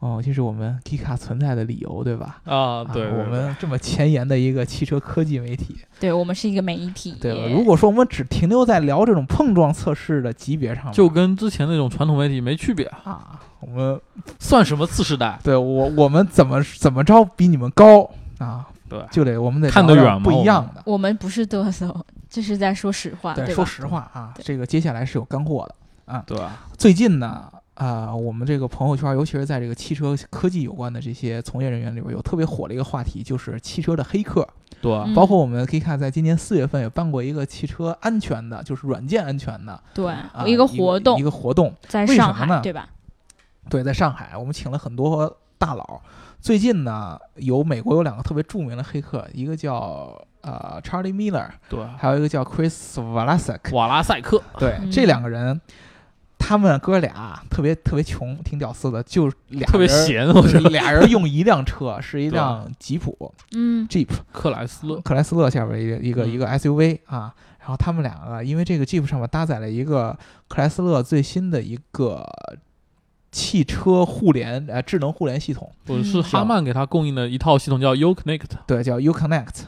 Speaker 2: 哦，这是我们 Gika 存在的理由，对吧？
Speaker 3: 啊，对，对
Speaker 2: 我们这么前沿的一个汽车科技媒体，
Speaker 1: 对我们是一个媒体。
Speaker 2: 对吧？如果说我们只停留在聊这种碰撞测试的级别上面，
Speaker 3: 就跟之前那种传统媒体没区别，
Speaker 2: 啊，我们
Speaker 3: 算什么次世代？
Speaker 2: 对我我们怎么怎么着比你们高啊？
Speaker 3: 对
Speaker 2: 就得我们得
Speaker 3: 看得
Speaker 2: 聊
Speaker 3: 远
Speaker 2: 聊
Speaker 3: 嘛
Speaker 2: 不
Speaker 3: 我
Speaker 2: 一
Speaker 3: 们
Speaker 2: 样的。
Speaker 1: 我们不是嘚瑟， 这是在说实话，
Speaker 2: 对，
Speaker 1: 吧？
Speaker 2: 说实话啊，
Speaker 1: 对
Speaker 2: 这个接下来是有干货的。
Speaker 3: 对吧？
Speaker 2: 最近呢，啊，我们这个朋友圈，尤其是在这个汽车科技有关的这些从业人员里边，有特别火的一个话题，就是汽车的黑客。
Speaker 3: 对吧，
Speaker 1: 嗯
Speaker 2: 包括我们 Kika 在今年四月份也办过一个汽车安全的，就是软件安全的、
Speaker 1: 对
Speaker 2: 啊、
Speaker 1: 一
Speaker 2: 一
Speaker 1: 个活动
Speaker 2: 一个活动。
Speaker 1: 在
Speaker 2: 为
Speaker 1: 上
Speaker 2: 什么
Speaker 1: 海，
Speaker 2: 呢
Speaker 1: 对吧？
Speaker 2: 对，在上海，我们请了很多大佬。最近呢，有美国有两个特别著名的黑客，一个叫呃 Charlie Miller，
Speaker 3: 对，
Speaker 2: 还有一个叫 Chris Vlasic。
Speaker 3: 瓦拉塞克，
Speaker 2: 对，
Speaker 1: 嗯
Speaker 2: 这两个人，他们哥俩特别特别穷，挺屌丝的，就俩
Speaker 3: 特别
Speaker 2: 人
Speaker 3: 闲，我觉得
Speaker 2: 俩人用一辆车，是一
Speaker 3: 对
Speaker 2: 辆吉普
Speaker 1: 嗯
Speaker 2: Jeep
Speaker 3: 克莱斯勒，
Speaker 2: 克莱斯勒下边一个一个
Speaker 3: 嗯
Speaker 2: 一个 SUV 啊，然后他们两个因为这个 Jeep 上面搭载了一个克莱斯勒最新的一个汽车互联呃智能互联系统，
Speaker 3: 我是哈曼给他供应的一套系统叫 U Connect，
Speaker 2: 对，叫 U Connect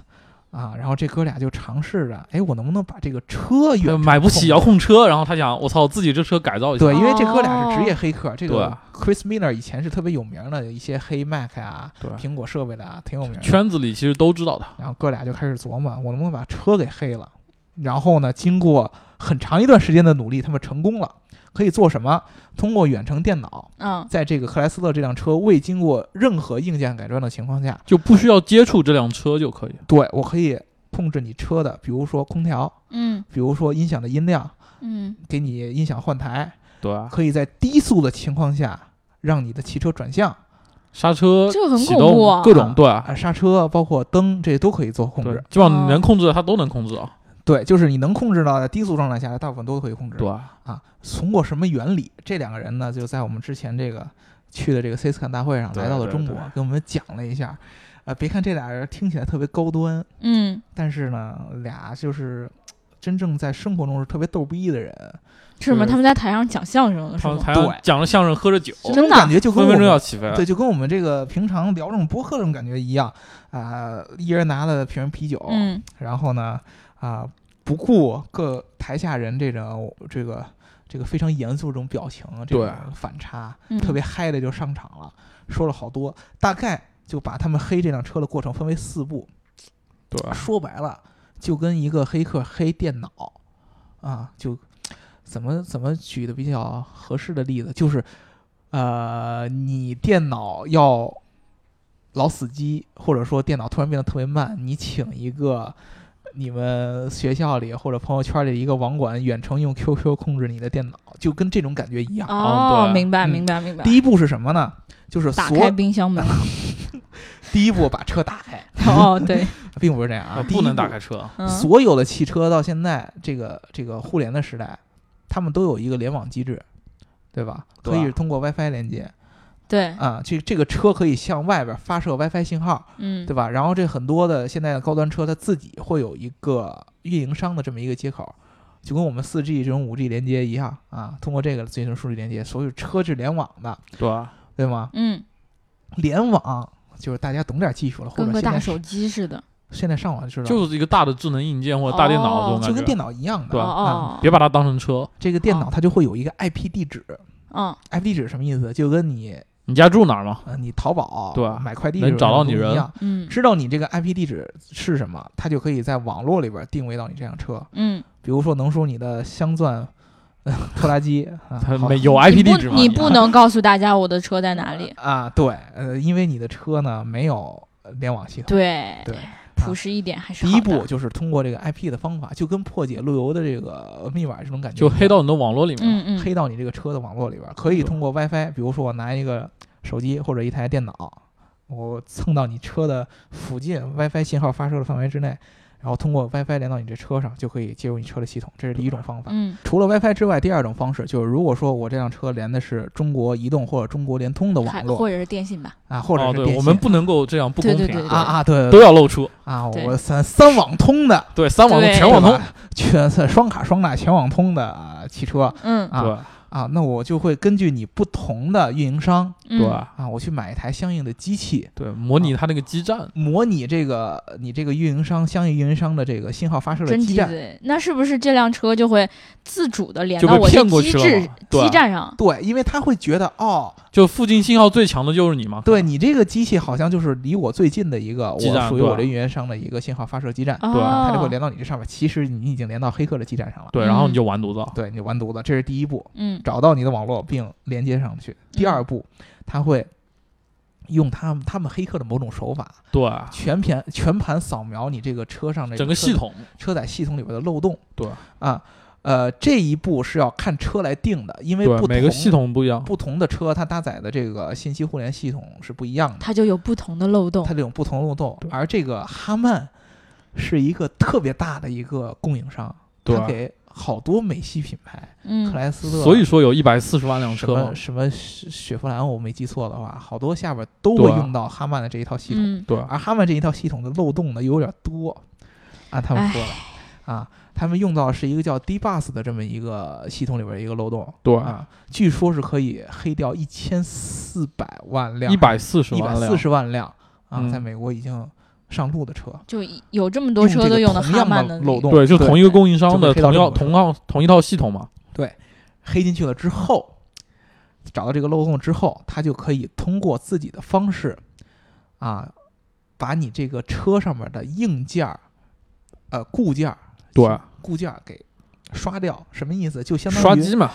Speaker 2: 啊，然后这哥俩就尝试着，哎，我能不能把这个车
Speaker 3: 呃
Speaker 2: 远
Speaker 3: 买不起遥
Speaker 2: 控？
Speaker 3: 控车，然后他想，我操，自己这车改造一下，
Speaker 2: 对，因为这哥俩是职业黑客，这个
Speaker 3: 对
Speaker 2: Chris Miller 以前是特别有名的一些黑 Mac 啊、
Speaker 3: 对
Speaker 2: 苹果设备的啊，挺有名的。
Speaker 3: 圈子里其实都知道他，
Speaker 2: 然后哥俩就开始琢磨，我能不能把车给黑了？然后呢，经过很长一段时间的努力，他们成功了。可以做什么？通过远程电脑，
Speaker 1: 嗯
Speaker 2: 在这个克莱斯勒这辆车未经过任何硬件改装的情况下，
Speaker 3: 就不需要接触这辆车就可以。
Speaker 2: 对我可以控制你车的，比如说空调，
Speaker 1: 嗯
Speaker 2: 比如说音响的音量，
Speaker 1: 嗯
Speaker 2: 给你音响换台，
Speaker 3: 对啊，
Speaker 2: 可以在低速的情况下让你的汽车转向
Speaker 3: 刹车、
Speaker 1: 这个很
Speaker 3: 启
Speaker 1: 恐怖啊
Speaker 3: 动各种对啊，
Speaker 2: 啊，刹车包括灯，这都可以做控
Speaker 3: 对
Speaker 2: 制。，
Speaker 3: 基本上你能控制的它都能控制啊。
Speaker 2: 对，就是你能控制到的低速状态下，大部分都可以控制。
Speaker 3: 对啊，
Speaker 2: 啊，通过什么原理？这两个人呢，就在我们之前这个去的这个 CISCON 大会上
Speaker 3: 对
Speaker 2: 来到了
Speaker 3: 对
Speaker 2: 中国
Speaker 3: 对，
Speaker 2: 给我们讲了一下。啊，别看这俩人听起来特别高端，
Speaker 1: 嗯，
Speaker 2: 但是呢，俩就是真正在生活中是特别逗逼的人，
Speaker 1: 是吗？
Speaker 3: 对
Speaker 1: 他们在台上讲相声了是
Speaker 3: 他们
Speaker 1: 吗？
Speaker 3: 台
Speaker 2: 对
Speaker 3: 上讲着相声，喝着酒，
Speaker 1: 真
Speaker 2: 这种
Speaker 1: 的
Speaker 2: 感觉就跟
Speaker 3: 分
Speaker 2: 我
Speaker 3: 分钟
Speaker 2: 们
Speaker 3: 要起飞。啊
Speaker 2: 对，就跟我们这个平常聊这种播客这种感觉一样啊、一人拿了瓶啤酒，
Speaker 1: 嗯
Speaker 2: 然后呢，啊、不顾各台下人这种这个这个非常严肃这种表情，啊这
Speaker 3: 对
Speaker 2: 种反差，
Speaker 1: 嗯
Speaker 2: 特别嗨的就上场了，说了好多，大概就把他们黑这辆车的过程分为四步，
Speaker 3: 对啊，
Speaker 2: 说白了，就跟一个黑客黑电脑啊，就怎么怎么举的比较合适的例子，就是呃，你电脑要老死机，或者说电脑突然变得特别慢，你请一个。你们学校里或者朋友圈里一个网管远程用 QQ 控制你的电脑，就跟这种感觉一样。
Speaker 1: 哦，
Speaker 3: 对
Speaker 1: 明白
Speaker 2: 嗯
Speaker 1: 明白明白。
Speaker 2: 第一步是什么呢？就是
Speaker 1: 打
Speaker 2: 所
Speaker 1: 开冰箱门，
Speaker 2: 第一步把车打开，
Speaker 1: 哦 对，
Speaker 2: 并不是这样啊，
Speaker 3: 啊
Speaker 2: 第一
Speaker 3: 不能
Speaker 2: 步
Speaker 3: 打开车，
Speaker 1: 嗯
Speaker 2: 所有的汽车到现在这个这个互联的时代，他们都有一个联网机制，对吧？
Speaker 3: 对
Speaker 2: 可
Speaker 3: 啊
Speaker 2: 以通过 WiFi 连接
Speaker 1: 对，
Speaker 2: 啊，这这个车可以向外边发射 WiFi 信号，
Speaker 1: 嗯
Speaker 2: 对吧？然后这很多的现在的高端车，它自己会有一个运营商的这么一个接口，就跟我们 4G 这种 5G 连接一样啊，通过这个进行数据连接，所有车是联网的，
Speaker 3: 对啊，
Speaker 2: 对吗？
Speaker 1: 嗯，
Speaker 2: 联网就是大家懂点技术了，或
Speaker 1: 跟
Speaker 2: 者
Speaker 1: 个
Speaker 2: 现
Speaker 1: 大
Speaker 2: 在
Speaker 1: 手机似的，
Speaker 2: 现在上网就知道，
Speaker 3: 就是一个大的智能硬件或者大电脑这
Speaker 1: 哦
Speaker 3: 种
Speaker 2: 就
Speaker 3: 感
Speaker 2: 跟
Speaker 3: 觉。
Speaker 2: 电脑一样的，
Speaker 3: 对
Speaker 1: 哦
Speaker 3: 啊
Speaker 1: 哦，
Speaker 3: 别把它当成车，
Speaker 2: 这个电脑它就会有一个 IP 地址。
Speaker 1: 嗯
Speaker 2: IP 地址什么意思？就跟你
Speaker 3: 你家住哪儿嘛？
Speaker 2: 呃你淘宝
Speaker 3: 对啊
Speaker 2: 买快递
Speaker 3: 能
Speaker 2: 这种
Speaker 3: 找到
Speaker 2: 东西
Speaker 3: 你人
Speaker 2: 一样，
Speaker 1: 嗯
Speaker 2: 知道你这个 IP 地址是什么，它就可以在网络里边定位到你这辆车。
Speaker 1: 嗯，
Speaker 2: 比如说能说你的镶钻、呃拖拉机啊，
Speaker 3: 它
Speaker 2: 好
Speaker 3: 没有
Speaker 1: 你
Speaker 3: IP 地址
Speaker 1: 不
Speaker 3: 嘛？
Speaker 1: 你不能告诉大家我的车在哪里，
Speaker 2: 啊，对，呃，因为你的车呢没有呃联网系统。
Speaker 1: 对
Speaker 2: 对，嗯
Speaker 1: 朴实一点还是
Speaker 2: 第
Speaker 1: 好
Speaker 2: 一
Speaker 1: 的
Speaker 2: 步，就是通过这个 IP 的方法，就跟破解路由的这个密码这种感觉一
Speaker 3: 就
Speaker 2: 样，
Speaker 3: 黑到你的网络里面。
Speaker 1: 嗯嗯，
Speaker 2: 黑到你这个车的网络里边儿，可以通过 WiFi，比如说我拿一个手机或者一台电脑，我蹭到你车的附近 WiFi 信号发射的范围之内，然后通过 WiFi 连到你这车上，就可以接入你车的系统，这是第一种方法。
Speaker 1: 嗯
Speaker 2: 除了 WiFi 之外，第二种方式就是，如果说我这辆车连的是中国移动或者中国联通的
Speaker 1: 还
Speaker 2: 网络
Speaker 1: 或者是电信吧，
Speaker 2: 啊，或者
Speaker 3: 哦，
Speaker 2: 是电信、
Speaker 3: 对，我们不能够这样不公
Speaker 1: 对
Speaker 3: 平
Speaker 1: 对
Speaker 2: 啊
Speaker 3: 啊，
Speaker 2: 啊，对对
Speaker 3: 都
Speaker 2: 对
Speaker 3: 要露出。
Speaker 2: 啊，
Speaker 1: 对
Speaker 2: 我三三网通的，
Speaker 3: 对，三网
Speaker 1: 对
Speaker 3: 全网通
Speaker 2: 对。吧， 全双卡双待全网通的、啊、汽车
Speaker 1: 嗯
Speaker 2: 啊，
Speaker 3: 对
Speaker 2: 啊，那我就会根据你不同的运营商
Speaker 1: 嗯
Speaker 3: 对
Speaker 2: 啊，我去买一台相应的机器，
Speaker 3: 对，模拟它那个基站。
Speaker 2: 模拟这个你这个运营商相应运营商的这个信号发射的
Speaker 1: 真
Speaker 2: 基
Speaker 1: 鸡
Speaker 2: 站。
Speaker 1: 贼，那是不是这辆车就会自主的连
Speaker 3: 就
Speaker 1: 到
Speaker 3: 被
Speaker 1: 我这
Speaker 3: 骗过
Speaker 1: 机
Speaker 3: 去了
Speaker 1: 制
Speaker 3: 嘛对
Speaker 1: 基站上？
Speaker 2: 对，因为他会觉得哦，
Speaker 3: 就附近信号最强的就是你嘛？
Speaker 2: 对你这个机器好像就是离我最近的一个，
Speaker 3: 基
Speaker 2: 我
Speaker 3: 站
Speaker 2: 属于
Speaker 3: 对
Speaker 2: 我这运营商的一个信号发射基站，
Speaker 1: 哦，
Speaker 3: 对
Speaker 2: 啊它就会连到你这上面。其实你已经连到黑客的基站上了，
Speaker 3: 对，然后你就完犊子了。
Speaker 2: 对，你就完犊子。这是第一步，
Speaker 1: 嗯
Speaker 2: 找到你的网络并连接上去。第二步，他会用他们他们黑客的某种手法，
Speaker 3: 对，
Speaker 2: 全盘全盘扫描你这个车上的
Speaker 3: 整个系统
Speaker 2: 车载系统里边的漏洞。
Speaker 3: 对
Speaker 2: 啊，呃，这一步是要看车来定的，因为不
Speaker 3: 对
Speaker 2: 同
Speaker 3: 每个系统不一样。
Speaker 2: 不同的车它搭载的这个信息互联系统是不一样的，
Speaker 1: 它就有不同的漏洞
Speaker 2: 它。这种不同的漏洞
Speaker 3: 对。
Speaker 2: 而这个哈曼是一个特别大的一个供应商，
Speaker 3: 对
Speaker 2: 它给好多美系品牌，克
Speaker 1: 嗯
Speaker 2: 莱斯勒，
Speaker 3: 所以说有一百四十万辆
Speaker 2: 什
Speaker 3: 车嘛
Speaker 2: 么。什么雪雪佛兰，我没记错的话，好多下边都会
Speaker 3: 对啊
Speaker 2: 用到哈曼的这一套系统。
Speaker 1: 嗯，
Speaker 3: 对，
Speaker 2: 而哈曼这一套系统的漏洞呢又有点多，按他们说的啊，他们用到的是一个叫 Dbus 的这么一个系统里边的一个漏洞，
Speaker 3: 对
Speaker 2: 啊，据说是可以黑掉一千四百万辆，
Speaker 3: 一百四十
Speaker 2: 一
Speaker 3: 万
Speaker 2: 百
Speaker 3: 辆，
Speaker 2: 四十万辆啊，
Speaker 3: 嗯
Speaker 2: 在美国已经上路的车，
Speaker 1: 就有这么多车都用
Speaker 2: 用
Speaker 1: 的
Speaker 2: 这
Speaker 1: 哈
Speaker 2: 个同样
Speaker 1: 曼
Speaker 2: 的
Speaker 1: 的
Speaker 2: 漏
Speaker 1: 那个
Speaker 2: 洞，
Speaker 3: 对，就同一个供应商的
Speaker 2: 就会
Speaker 3: 同
Speaker 2: 黑
Speaker 3: 样
Speaker 2: 到这
Speaker 3: 同样同一套系统嘛。
Speaker 2: 黑进去了之后，找到这个漏洞之后，他就可以通过自己的方式，啊，把你这个车上面的硬件儿、呃固件儿、
Speaker 3: 对，
Speaker 2: 固件儿给刷掉。什么意思？就相
Speaker 3: 刷
Speaker 2: 当于
Speaker 3: 机嘛，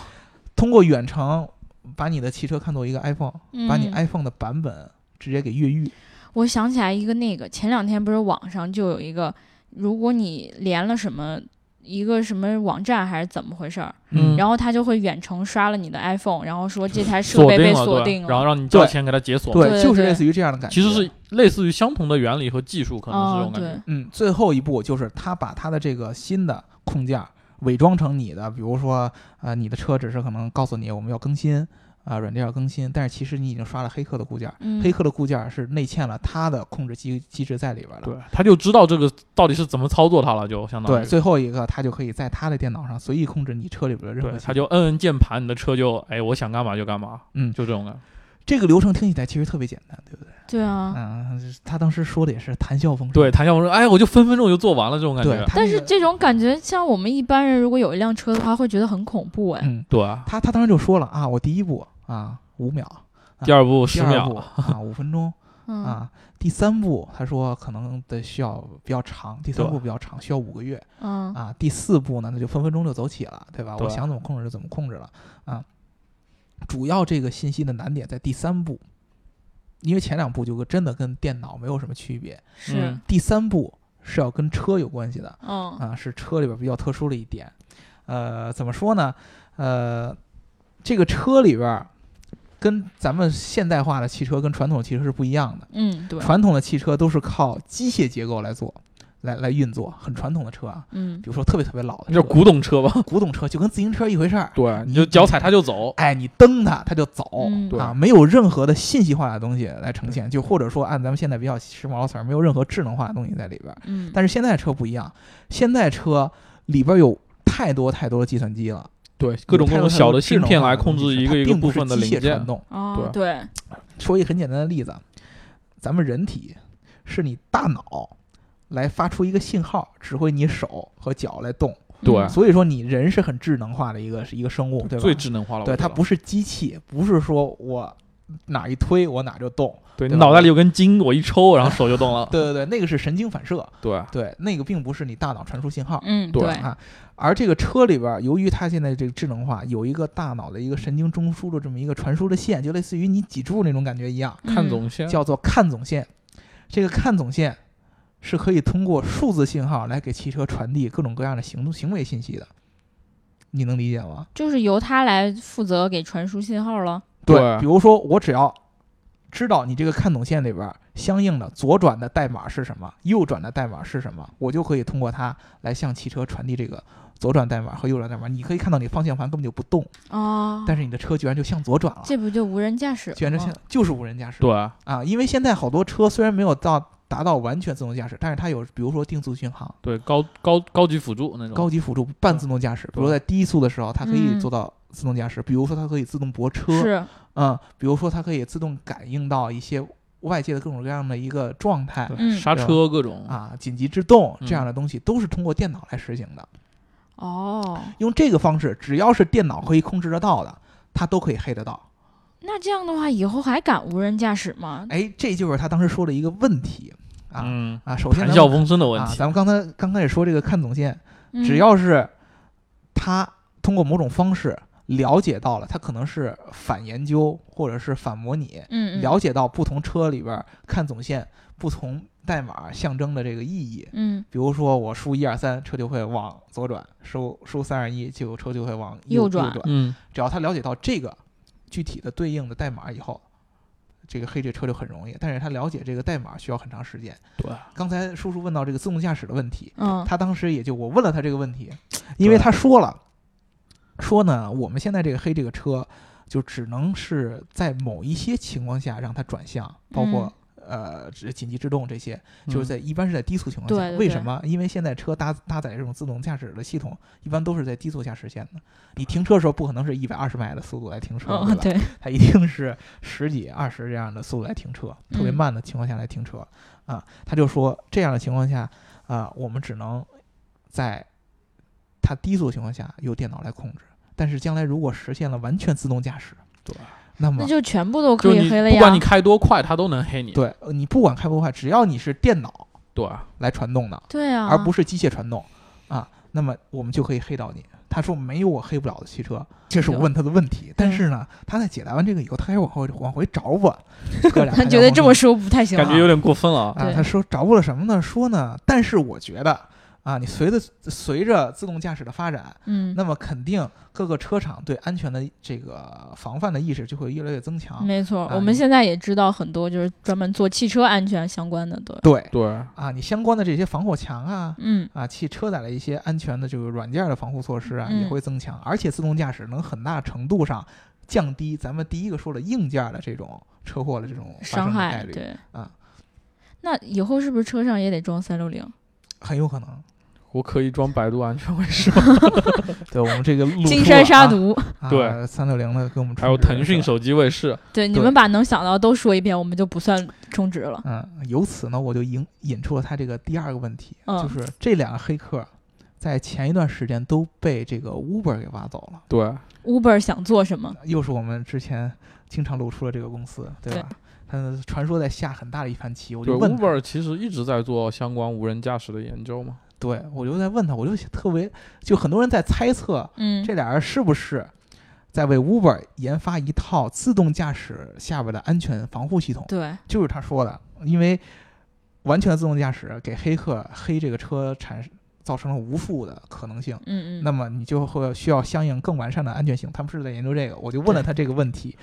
Speaker 2: 通过远程把你的汽车看作一个 iPhone，、把你
Speaker 1: 嗯
Speaker 2: iPhone 的版本直接给越狱。
Speaker 1: 我想起来一个那个，前两天不是网上就有一个，如果你连了什么一个什么网站还是怎么回事儿，
Speaker 3: 嗯
Speaker 1: 然后他就会远程刷了你的 iPhone，然后说这台设
Speaker 3: 锁
Speaker 1: 备被
Speaker 3: 定
Speaker 1: 锁
Speaker 3: 了，
Speaker 1: 定了，
Speaker 3: 对，然后让你交
Speaker 2: 对
Speaker 3: 钱给它解锁。
Speaker 1: 对
Speaker 2: 就是
Speaker 1: 对
Speaker 2: 类似于这样的感觉。
Speaker 3: 其实是类似于相同的原理和技术，可能是这
Speaker 1: 哦
Speaker 3: 种感觉。
Speaker 1: 对，
Speaker 2: 嗯，最后一步就是他把他的这个新的控件儿伪装成你的，比如说呃，你的车只是可能告诉你我们要更新啊、软件要更新，但是其实你已经刷了黑客的固件儿，
Speaker 1: 嗯
Speaker 2: 黑客的固件儿是内嵌了他的控制机机制在里边儿的。
Speaker 3: 对，他就知道这个到底是怎么操作它了，就相当
Speaker 2: 对，
Speaker 3: 于。
Speaker 2: 最后一个他就可以在他的电脑上随意控制你车里边的任何
Speaker 3: 对，
Speaker 2: 系统。
Speaker 3: 他就摁摁键盘，你的车就哎，我想干嘛就干嘛，
Speaker 2: 嗯
Speaker 3: 就这种感觉。
Speaker 2: 这个流程听起来其实特别简单，对不对？
Speaker 1: 对啊。
Speaker 2: 嗯、他当时说的也是谈笑风生。
Speaker 3: 对，谭笑说，哎，我就分分钟就做完了这种感
Speaker 2: 对
Speaker 3: 觉，。
Speaker 2: 他
Speaker 1: 但
Speaker 2: 那
Speaker 1: 是
Speaker 2: 个
Speaker 1: 这种感觉，像我们一般人如果有一辆车的话，会觉得很恐怖哎。
Speaker 2: 嗯，
Speaker 3: 对啊，
Speaker 2: 他他当时就说了啊，我第一步啊五秒，
Speaker 3: 第二步
Speaker 2: 第
Speaker 3: 十
Speaker 2: 二步
Speaker 3: 秒，
Speaker 2: 啊五分钟。
Speaker 1: 嗯
Speaker 2: 啊，第三步他说可能得需要比较长，第三
Speaker 3: 对
Speaker 2: 步比较长，需要五个月
Speaker 1: 嗯
Speaker 2: 啊。第四步呢，那就分分钟就走起了，对吧？
Speaker 3: 对
Speaker 2: 我想怎么控制就怎么控制了啊。主要这个信息的难点在第三步，因为前两步就跟真的跟电脑没有什么区别，
Speaker 1: 是
Speaker 3: 嗯
Speaker 2: 第三步是要跟车有关系的
Speaker 1: 嗯
Speaker 2: 啊，是车里边比较特殊的一点。呃，怎么说呢？呃，这个车里边儿跟咱们现代化的汽车跟传统汽车是不一样的。
Speaker 1: 嗯对
Speaker 2: 传统的汽车都是靠机械结构来做，来来运作，很传统的车啊，
Speaker 1: 嗯
Speaker 2: 比如说特别特别老的
Speaker 3: 这
Speaker 2: 车，
Speaker 3: 古董车吧？
Speaker 2: 古董车，就跟自行车一回事儿。
Speaker 3: 对，
Speaker 2: 你
Speaker 3: 你就脚踩它就走。
Speaker 2: 哎，你蹬它，它就走，
Speaker 1: 嗯
Speaker 3: 对
Speaker 2: 啊，没有任何的信息化的东西来呈现，就或者说按咱们现在比较时髦的词儿，没有任何智能化的东西在里边儿。
Speaker 1: 嗯
Speaker 2: 但是现在车不一样，现在车里边有太多太多的计算机了，
Speaker 3: 对，各
Speaker 2: 有
Speaker 3: 种各
Speaker 2: 太多
Speaker 3: 种
Speaker 2: 太
Speaker 3: 小
Speaker 2: 多
Speaker 3: 的
Speaker 2: 智能
Speaker 3: 芯片
Speaker 2: 化
Speaker 3: 来
Speaker 2: 的
Speaker 3: 控
Speaker 2: 东
Speaker 3: 制
Speaker 2: 西
Speaker 3: 一
Speaker 2: 它
Speaker 3: 个一个
Speaker 2: 并不
Speaker 3: 部
Speaker 2: 是啊
Speaker 3: 分的
Speaker 2: 机
Speaker 3: 零
Speaker 2: 械传
Speaker 3: 件。
Speaker 2: 动。
Speaker 1: 哦对
Speaker 2: 说一个很简单的例子，咱们人体是你大脑来发出一个信号，指挥你手和脚来动。
Speaker 3: 对啊
Speaker 1: 嗯
Speaker 2: 所以说，你人是很智能化的一个是一个生物，对吧？
Speaker 3: 最智能化了，
Speaker 2: 对，
Speaker 3: 我觉
Speaker 2: 它
Speaker 3: 得
Speaker 2: 不是机器，不是说我哪一推我哪就动。
Speaker 3: 对，
Speaker 2: 对
Speaker 3: 你
Speaker 2: 吧
Speaker 3: 脑袋里有根筋，我一抽，然后手就动了。
Speaker 2: 对对对，那个是神经反射，
Speaker 3: 对，啊
Speaker 2: 对，那个并不是你大脑传输信号。
Speaker 1: 嗯
Speaker 3: 对
Speaker 1: 对
Speaker 2: 啊，而这个车里边儿，由于它现在这个智能化，有一个大脑的一个神经中枢的这么一个传输的线，就类似于你脊柱那种感觉一样。
Speaker 3: 看
Speaker 1: 嗯
Speaker 3: 总线，
Speaker 2: 叫做看总线。这个看总线是可以通过数字信号来给汽车传递各种各样的行动行为信息的，你能理解吗？
Speaker 1: 就是由他来负责给传输信号了。
Speaker 3: 对
Speaker 2: 比如说我只要知道你这个看总线里边儿相应的左转的代码是什么，右转的代码是什么，我就可以通过它来向汽车传递这个左转代码和右转代码。你可以看到你方向盘根本就不动，
Speaker 1: 哦，
Speaker 2: 但是你的车居然就向左转了，
Speaker 1: 这不就哦无人驾驶了吗？
Speaker 2: 居然就向就是无人驾驶。
Speaker 3: 对，
Speaker 2: 啊，因为现在好多车虽然没有到达到完全自动驾驶，但是它有比如说定速巡航、
Speaker 3: 对，高高高级辅助那种。
Speaker 2: 高级辅助、半自动驾驶，比如
Speaker 3: 对
Speaker 2: 在低速的时候，它可以
Speaker 1: 嗯
Speaker 2: 做到自动驾驶，比如说它可以自动泊车，
Speaker 1: 是
Speaker 2: 嗯，比如说它可以自动感应到一些外界的各种各样的一个状态
Speaker 3: 对
Speaker 1: 嗯
Speaker 3: 刹车各种，
Speaker 2: 啊，紧急制动这
Speaker 3: 嗯
Speaker 2: 样的东西都是通过电脑来实行的。
Speaker 1: 哦，
Speaker 2: 用这个方式，只要是电脑可以控制得到的，它都可以黑得到。
Speaker 1: 那这样的话，以后还敢无人驾驶吗？
Speaker 2: 哎，这就是他当时说的一个问题啊、
Speaker 3: 嗯，
Speaker 2: 啊！首先
Speaker 3: 谈
Speaker 2: 咱
Speaker 3: 笑
Speaker 2: 们
Speaker 3: 风生的问
Speaker 2: 啊，
Speaker 3: 题
Speaker 2: 咱。们刚才刚开始说这个看总线。
Speaker 1: 嗯
Speaker 2: 只要是他通过某种方式了解到了，他可能是反研究或者是反模拟，
Speaker 1: 嗯嗯
Speaker 2: 了解到不同车里边儿看总线不同代码象征的这个意义。
Speaker 1: 嗯
Speaker 2: 比如说我输一二三，车就会往左转；输输三二一，就车就会往
Speaker 1: 右
Speaker 2: 右
Speaker 1: 转
Speaker 3: 嗯，
Speaker 2: 只要他了解到这个具体的对应的代码以后。这个黑这车就很容易，但是他了解这个代码需要很长时间。
Speaker 3: 对，
Speaker 2: 刚才叔叔问到这个自动驾驶的问题，
Speaker 1: 嗯
Speaker 2: 他当时也就我问了他这个问题，因为他说了，说呢，我们现在这个黑这个
Speaker 1: 嗯
Speaker 2: 车，就只能是在某一些情况下让它转向，包括、呃这紧急制动这些，
Speaker 3: 嗯
Speaker 2: 就是在一般是在低速情况下。
Speaker 1: 对对
Speaker 2: 为
Speaker 1: 对
Speaker 2: 什么？因为现在车搭搭载这种自动驾驶的系统，一般都是在低速下实现的。你停车的时候不可能是一百二十迈的速度来停车，
Speaker 1: 嗯，
Speaker 2: 吧？
Speaker 1: 对，
Speaker 2: 它一定是十几、二十这样的速度来停车，特别
Speaker 1: 嗯
Speaker 2: 慢的情况下来停车啊。他就说这样的情况下，啊、我们只能在它低速情况下由电脑来控制。但是将来如果实现了完全自动驾驶，
Speaker 3: 对，
Speaker 1: 那
Speaker 2: 那么
Speaker 1: 就全部都可
Speaker 3: 就你
Speaker 1: 以黑了
Speaker 3: 不
Speaker 1: 呀
Speaker 3: 管你。开多快，它都能黑你。
Speaker 2: 对呃你不管开不开，只要你是电脑
Speaker 3: 对，啊
Speaker 2: 来传动的，
Speaker 1: 对啊，
Speaker 2: 而不是机械传动啊，那么我们就可以黑到你。他说没有我黑不了的汽车，这是我
Speaker 1: 对
Speaker 2: 问他的问题。但是呢，他在解答完这个以后，他开始往后往回找 我，哥俩
Speaker 1: 他觉得这么说不太行
Speaker 3: 感觉
Speaker 1: 啊。
Speaker 3: 有点过分了啊。
Speaker 2: 啊，
Speaker 1: 对
Speaker 2: 他说找不了什么呢？说呢，但是我觉得啊，你随着随着自动驾驶的发展，
Speaker 1: 嗯，
Speaker 2: 那么肯定各个车厂对安全的这个防范的意识就会越来越增强。
Speaker 1: 没错，
Speaker 2: 啊
Speaker 1: 我们
Speaker 2: 你
Speaker 1: 现在也知道很多就是专门做汽车安全相关的，对，
Speaker 2: 对
Speaker 3: 对，
Speaker 2: 啊，你相关的这些防火墙啊。
Speaker 1: 嗯，
Speaker 2: 啊，汽车载的一些安全的这个软件的防护措施啊，
Speaker 1: 嗯
Speaker 2: 也会增强，而且自动驾驶能很大程度上降低咱们第一个说的硬件的这种车祸的这种发
Speaker 1: 伤
Speaker 2: 生的
Speaker 1: 害
Speaker 2: 概率，
Speaker 1: 对
Speaker 2: 啊。
Speaker 1: 那以后是不是车上也得装三六零？
Speaker 2: 很有可能。
Speaker 3: 我可以装百度安全卫士，
Speaker 2: 对我们这个路
Speaker 1: 金
Speaker 2: 出
Speaker 1: 山
Speaker 2: 了
Speaker 1: 杀
Speaker 2: 啊，
Speaker 1: 毒？
Speaker 3: 对
Speaker 2: 三六零的给我们
Speaker 3: 还有
Speaker 2: 充值
Speaker 3: 腾讯
Speaker 2: 是吧
Speaker 3: 手机卫士，
Speaker 1: 对，你
Speaker 2: 对
Speaker 1: 们把能想到都说一遍，我们就不算充值了。
Speaker 2: 嗯，由此呢，我就引引出了他这个第二个问题，
Speaker 1: 嗯
Speaker 2: 就是这两个黑客在前一段时间都被这个 Uber 给挖走了，
Speaker 3: 对，
Speaker 1: Uber 想做什么？
Speaker 2: 又是我们之前经常露出了这个公司，对吧？他传说在下很大的一盘棋，我
Speaker 3: 对
Speaker 2: 就问他
Speaker 3: ，Uber 其实一直在做相关无人驾驶的研究嘛。
Speaker 2: 对我就在问他，我就特别，就很多人在猜测
Speaker 1: 嗯，
Speaker 2: 这俩人是不是在为 Uber 研发一套自动驾驶下边的安全防护系统。
Speaker 1: 对，
Speaker 2: 就是他说的，因为完全自动驾驶给黑客黑这个车产生造成了无数的可能性。
Speaker 1: 嗯嗯，
Speaker 2: 那么你就会需要相应更完善的安全性。他们是在研究这个，我就问了他这个问题。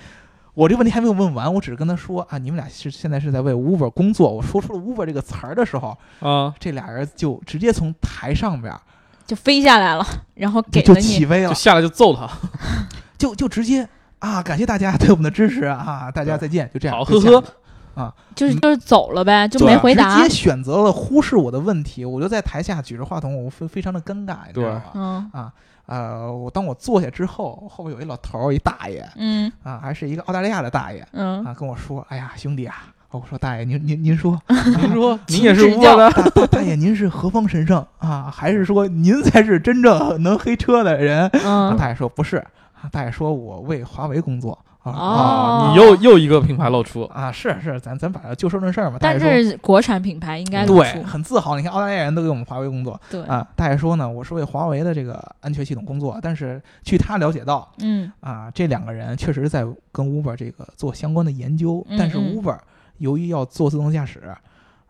Speaker 2: 我这个问题还没有问完，我只是跟他说啊，你们俩是现在是在为 Uber 工作。我说出了 Uber 这个词儿的时候，
Speaker 3: 啊，
Speaker 2: 这俩人就直接从台上边儿
Speaker 1: 就飞下来了，然后给
Speaker 2: 就就
Speaker 1: 了
Speaker 2: 起
Speaker 1: 你。
Speaker 2: 飞了
Speaker 3: 就，下来就揍他，
Speaker 2: 就就直接啊，感谢大家对我们的支持啊，大家再见，就这样。
Speaker 3: 好
Speaker 2: 就
Speaker 3: 呵
Speaker 2: 下来
Speaker 3: 呵
Speaker 2: 了，
Speaker 1: 就是
Speaker 2: 嗯
Speaker 1: 就是走了呗，就
Speaker 3: 对
Speaker 1: 没回答
Speaker 2: 直接。选择了忽视我的问题，我就在台下举着话筒，我非非常的尴尬，你知道吗？
Speaker 1: 嗯
Speaker 2: 呃，我当我坐下之后，后边有一老头儿，一大爷
Speaker 1: 嗯
Speaker 2: 啊，还是一个澳大利亚的大爷
Speaker 1: 嗯，
Speaker 2: 啊，跟我说：“哎呀，兄弟啊！”我说：“大爷，您您您 说，
Speaker 3: 您 说您
Speaker 1: 请
Speaker 3: 也是
Speaker 1: 指教
Speaker 3: Uber 的，
Speaker 2: 大大大爷，您是何方神圣啊？还是说您才是真正能黑车的人？”啊，
Speaker 1: 嗯，
Speaker 2: 大爷说：“不是。”啊，大爷说：“我为华为工作。”啊
Speaker 1: 哦
Speaker 2: 啊
Speaker 3: 啊，你又又一个品牌露出，
Speaker 2: 啊，是是，咱咱把就事论事儿嘛。大
Speaker 1: 但
Speaker 2: 爷说。嗯
Speaker 1: 是国产品牌应该露
Speaker 2: 对，
Speaker 1: 出
Speaker 2: 很自豪。你看，澳大利亚人都给我们华为工作
Speaker 1: 对，
Speaker 2: 啊。大爷说呢，我是为华为的这个安全系统工作，但是据他了解到
Speaker 1: 嗯
Speaker 2: 啊，这两个人确实在跟 Uber 这个做相关的研究，
Speaker 1: 嗯
Speaker 2: 但是
Speaker 1: 嗯
Speaker 2: Uber 由于要做自动驾驶，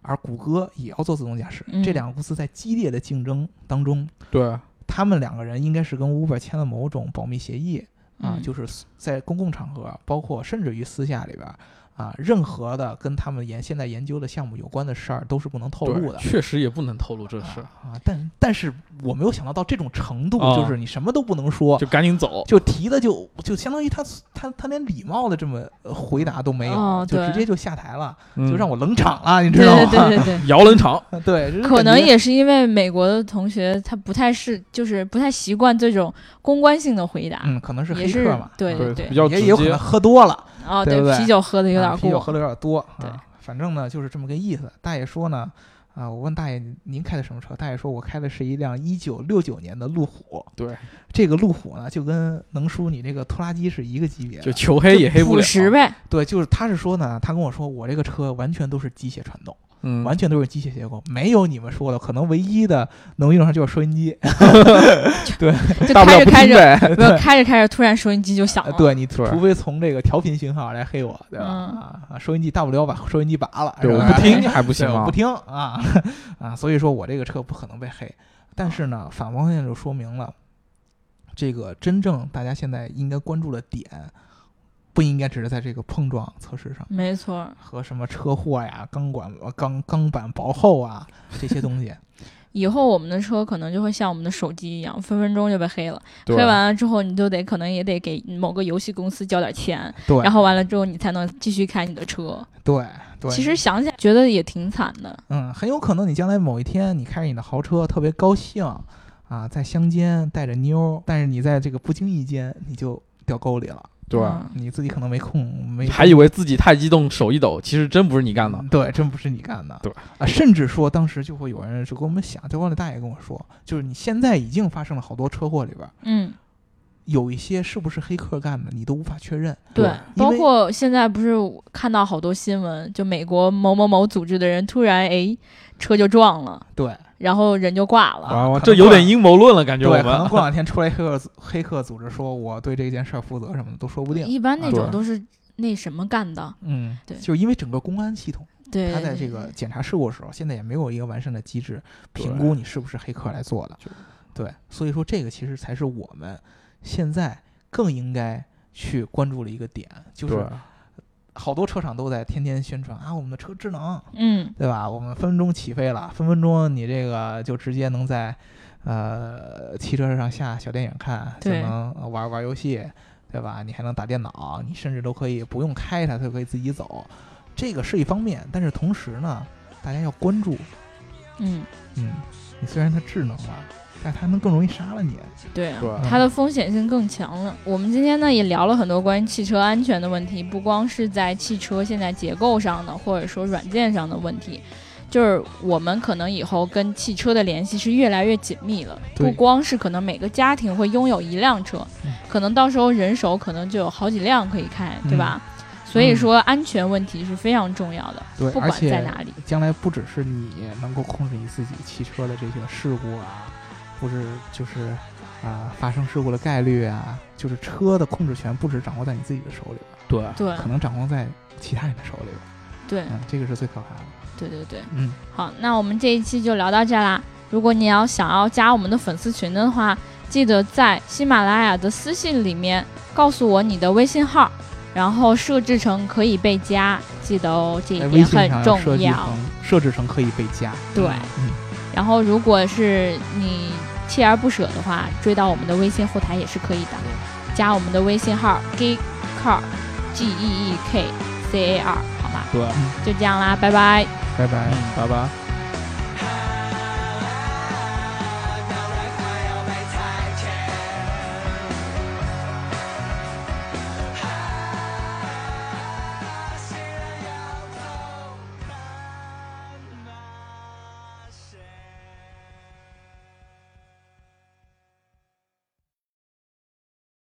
Speaker 2: 而谷歌也要做自动驾驶，
Speaker 1: 嗯
Speaker 2: 这两个公司在激烈的竞争当中，
Speaker 3: 对，
Speaker 2: 他们两个人应该是跟 Uber 签了某种保密协议啊，
Speaker 1: 嗯
Speaker 2: 就是在公共场合，包括甚至于私下里边儿。啊，任何的跟他们研现在研究的项目有关的事儿都是不能透露
Speaker 3: 对
Speaker 2: 的。
Speaker 3: 确实也不能透露这事，
Speaker 2: 啊，但但是我没有想到到这种程度，
Speaker 3: 啊
Speaker 2: 就是你什么都不能说，
Speaker 3: 就赶紧走。
Speaker 2: 就提的就就相当于他他他连礼貌的这么呃回答都没有，
Speaker 1: 哦
Speaker 2: 就
Speaker 1: 对
Speaker 2: 直接就下台了，
Speaker 3: 嗯
Speaker 2: 就让我冷场了，你
Speaker 1: 对
Speaker 2: 知道
Speaker 1: 对
Speaker 2: 吗？
Speaker 1: 对对对。
Speaker 3: 摇冷场，
Speaker 2: 对 就是
Speaker 1: 可
Speaker 2: 感
Speaker 1: 能
Speaker 2: 觉
Speaker 1: 也是因为美国的同学他不太是，就是不太习惯这种公关性的回答，
Speaker 2: 嗯，可能是
Speaker 1: 也
Speaker 2: 黑
Speaker 1: 是
Speaker 2: 客嘛，
Speaker 1: 对
Speaker 3: 对
Speaker 1: 对
Speaker 3: 比，较
Speaker 2: 也
Speaker 3: 直
Speaker 2: 也有可
Speaker 3: 接
Speaker 2: 能。喝多了，
Speaker 1: 哦
Speaker 2: 对不对
Speaker 1: 啤酒喝的有
Speaker 2: 啊
Speaker 1: 点
Speaker 2: 啤酒
Speaker 1: 过，
Speaker 2: 喝的有点多。啊
Speaker 1: 对
Speaker 2: 反正呢就是这么个意思。大爷说呢，啊，我问大爷您开的什么车？大爷说我开的是一辆一九六九年的路虎。
Speaker 3: 对，
Speaker 2: 这个路虎呢就跟能叔你这个拖拉机是一个级别的，
Speaker 3: 就求黑也黑不
Speaker 1: 朴
Speaker 3: 了，
Speaker 1: 实 呗，
Speaker 2: 对，就是他是说呢，他跟我说我这个车完全都是机械传动，
Speaker 3: 嗯，
Speaker 2: 完全都是机械结构，没有你们说的，可能唯一的能用上就是收音机，
Speaker 1: 就
Speaker 2: 大不
Speaker 1: 开着
Speaker 2: 了不
Speaker 1: 开
Speaker 2: 听
Speaker 1: 着，
Speaker 2: 呗。
Speaker 1: 没 有
Speaker 2: 对，
Speaker 1: 开着开着，突然收音机就响
Speaker 2: 呃
Speaker 1: 了，
Speaker 2: 对你
Speaker 3: 对
Speaker 2: 除非从这个调频信号来黑我，对吧？
Speaker 1: 嗯
Speaker 2: 啊啊，收音机大不了把收音机拔了，
Speaker 3: 对，
Speaker 2: 是
Speaker 3: 我
Speaker 2: 吧
Speaker 3: 不听还不
Speaker 2: 对
Speaker 3: 行
Speaker 2: 我
Speaker 3: 吗
Speaker 2: 不？听啊 啊，所以说我这个车不可能被黑。但是呢，反方向就说明了，这个真正大家现在应该关注的点，不应该只是在这个碰撞测试上。
Speaker 1: 没错儿，
Speaker 2: 和什么车祸呀、钢管、钢钢板薄厚啊这些东西，
Speaker 1: 以后我们的车可能就会像我们的手机一样，分分钟就被黑了。黑
Speaker 3: 对
Speaker 1: 完了之后，你就得可能也得给某个游戏公司交点钱，
Speaker 2: 对，
Speaker 1: 然后完了之后你才能继续开你的车。
Speaker 2: 对对，
Speaker 1: 其实想起来觉得也挺惨的。
Speaker 2: 嗯，很有可能你将来某一天，你开着你的豪车，特别高兴啊，在乡间带着妞儿，但是你在这个不经意间你就掉沟里了，
Speaker 3: 对吧？
Speaker 1: 嗯
Speaker 2: 你自己可能没空，没
Speaker 3: 还以为自己太激动，手一抖，其实真不是你干的。
Speaker 2: 嗯对，真不是你干的，
Speaker 3: 对
Speaker 2: 啊，甚至说当时就会有人就跟我们讲，就关大爷跟我说，就是你现在已经发生了好多车祸里边儿，
Speaker 1: 嗯，
Speaker 2: 有一些是不是黑客干的，你都无法确认，
Speaker 1: 对
Speaker 3: 对，
Speaker 1: 包
Speaker 2: 因为
Speaker 1: 括现在不是看到好多新闻，就美国某某某组织的人突然哎车就撞了，
Speaker 2: 对
Speaker 1: 然后人就挂了。
Speaker 2: 啊可能
Speaker 3: 这有
Speaker 2: 过
Speaker 3: 点阴谋论了，感觉我
Speaker 2: 对，可能
Speaker 3: 们。
Speaker 2: 过两天出来黑客黑客组织说我对这件事儿负责什么的都说不定，
Speaker 1: 一般那种
Speaker 3: 对
Speaker 1: 都是那什么干的，
Speaker 2: 嗯，
Speaker 1: 对
Speaker 2: 就是因为整个公安系统。
Speaker 1: 对，
Speaker 2: 他在这个检查事故的时候，现在也没有一个完善的机制评估你是不是黑客来做的
Speaker 3: 就。
Speaker 2: 对，所以说这个其实才是我们现在更应该去关注的一个点，就是好多车厂都在天天宣传啊，我们的车智能，
Speaker 1: 嗯，
Speaker 2: 对吧？我们分分钟起飞了，分分钟你这个就直接能在呃汽车上下小电影看，就
Speaker 1: 对
Speaker 2: 能呃玩玩游戏，对吧？你还能打电脑，你甚至都可以不用开它，它就可以自己走。这个是一方面，但是同时呢，大家要关注，
Speaker 1: 嗯，
Speaker 2: 嗯，你虽然它智能吧，但它能更容易杀了你。
Speaker 1: 对啊
Speaker 3: 对
Speaker 2: 嗯
Speaker 3: 吧
Speaker 1: 它的风险性更强了。我们今天呢也聊了很多关于汽车安全的问题，不光是在汽车现在结构上的，或者说软件上的问题，就是我们可能以后跟汽车的联系是越来越紧密了。
Speaker 2: 对
Speaker 1: 不光是可能每个家庭会拥有一辆车
Speaker 2: 嗯，
Speaker 1: 可能到时候人手可能就有好几辆可以开，对
Speaker 2: 嗯
Speaker 1: 吧？所以说安全问题是非常重要的，
Speaker 2: 对，
Speaker 1: 不
Speaker 2: 而
Speaker 1: 管
Speaker 2: 且
Speaker 1: 在哪里。
Speaker 2: 将来不只是你能够控制你自己汽车的这些事故啊，不是就是啊、发生事故的概率啊，就是车的控制权不只掌握在你自己的手里边，
Speaker 3: 对，
Speaker 1: 对
Speaker 2: 可能掌握在其他人的手里边，
Speaker 1: 对
Speaker 2: 嗯，这个是最可怕的。
Speaker 1: 对对对。
Speaker 2: 嗯，
Speaker 1: 好，那我们这一期就聊到这啦。如果你要想要加我们的粉丝群的话，记得在喜马拉雅的私信里面告诉我你的微信号，然后设置成可以被加，记得哦，这一
Speaker 2: 哎在微
Speaker 1: 点
Speaker 2: 信
Speaker 1: 很
Speaker 2: 上
Speaker 1: 重
Speaker 2: 设计
Speaker 1: 要
Speaker 2: 成。设置成可以被加，
Speaker 1: 对
Speaker 2: 嗯，
Speaker 1: 然后如果是你锲而不舍的话，追到我们的微信后台也是可以的，加我们的微信号 geek car g e e k c a r 好吗？
Speaker 3: 对，
Speaker 2: 啊
Speaker 1: 就这样啦，拜拜。
Speaker 2: 拜拜。
Speaker 3: 嗯，拜拜。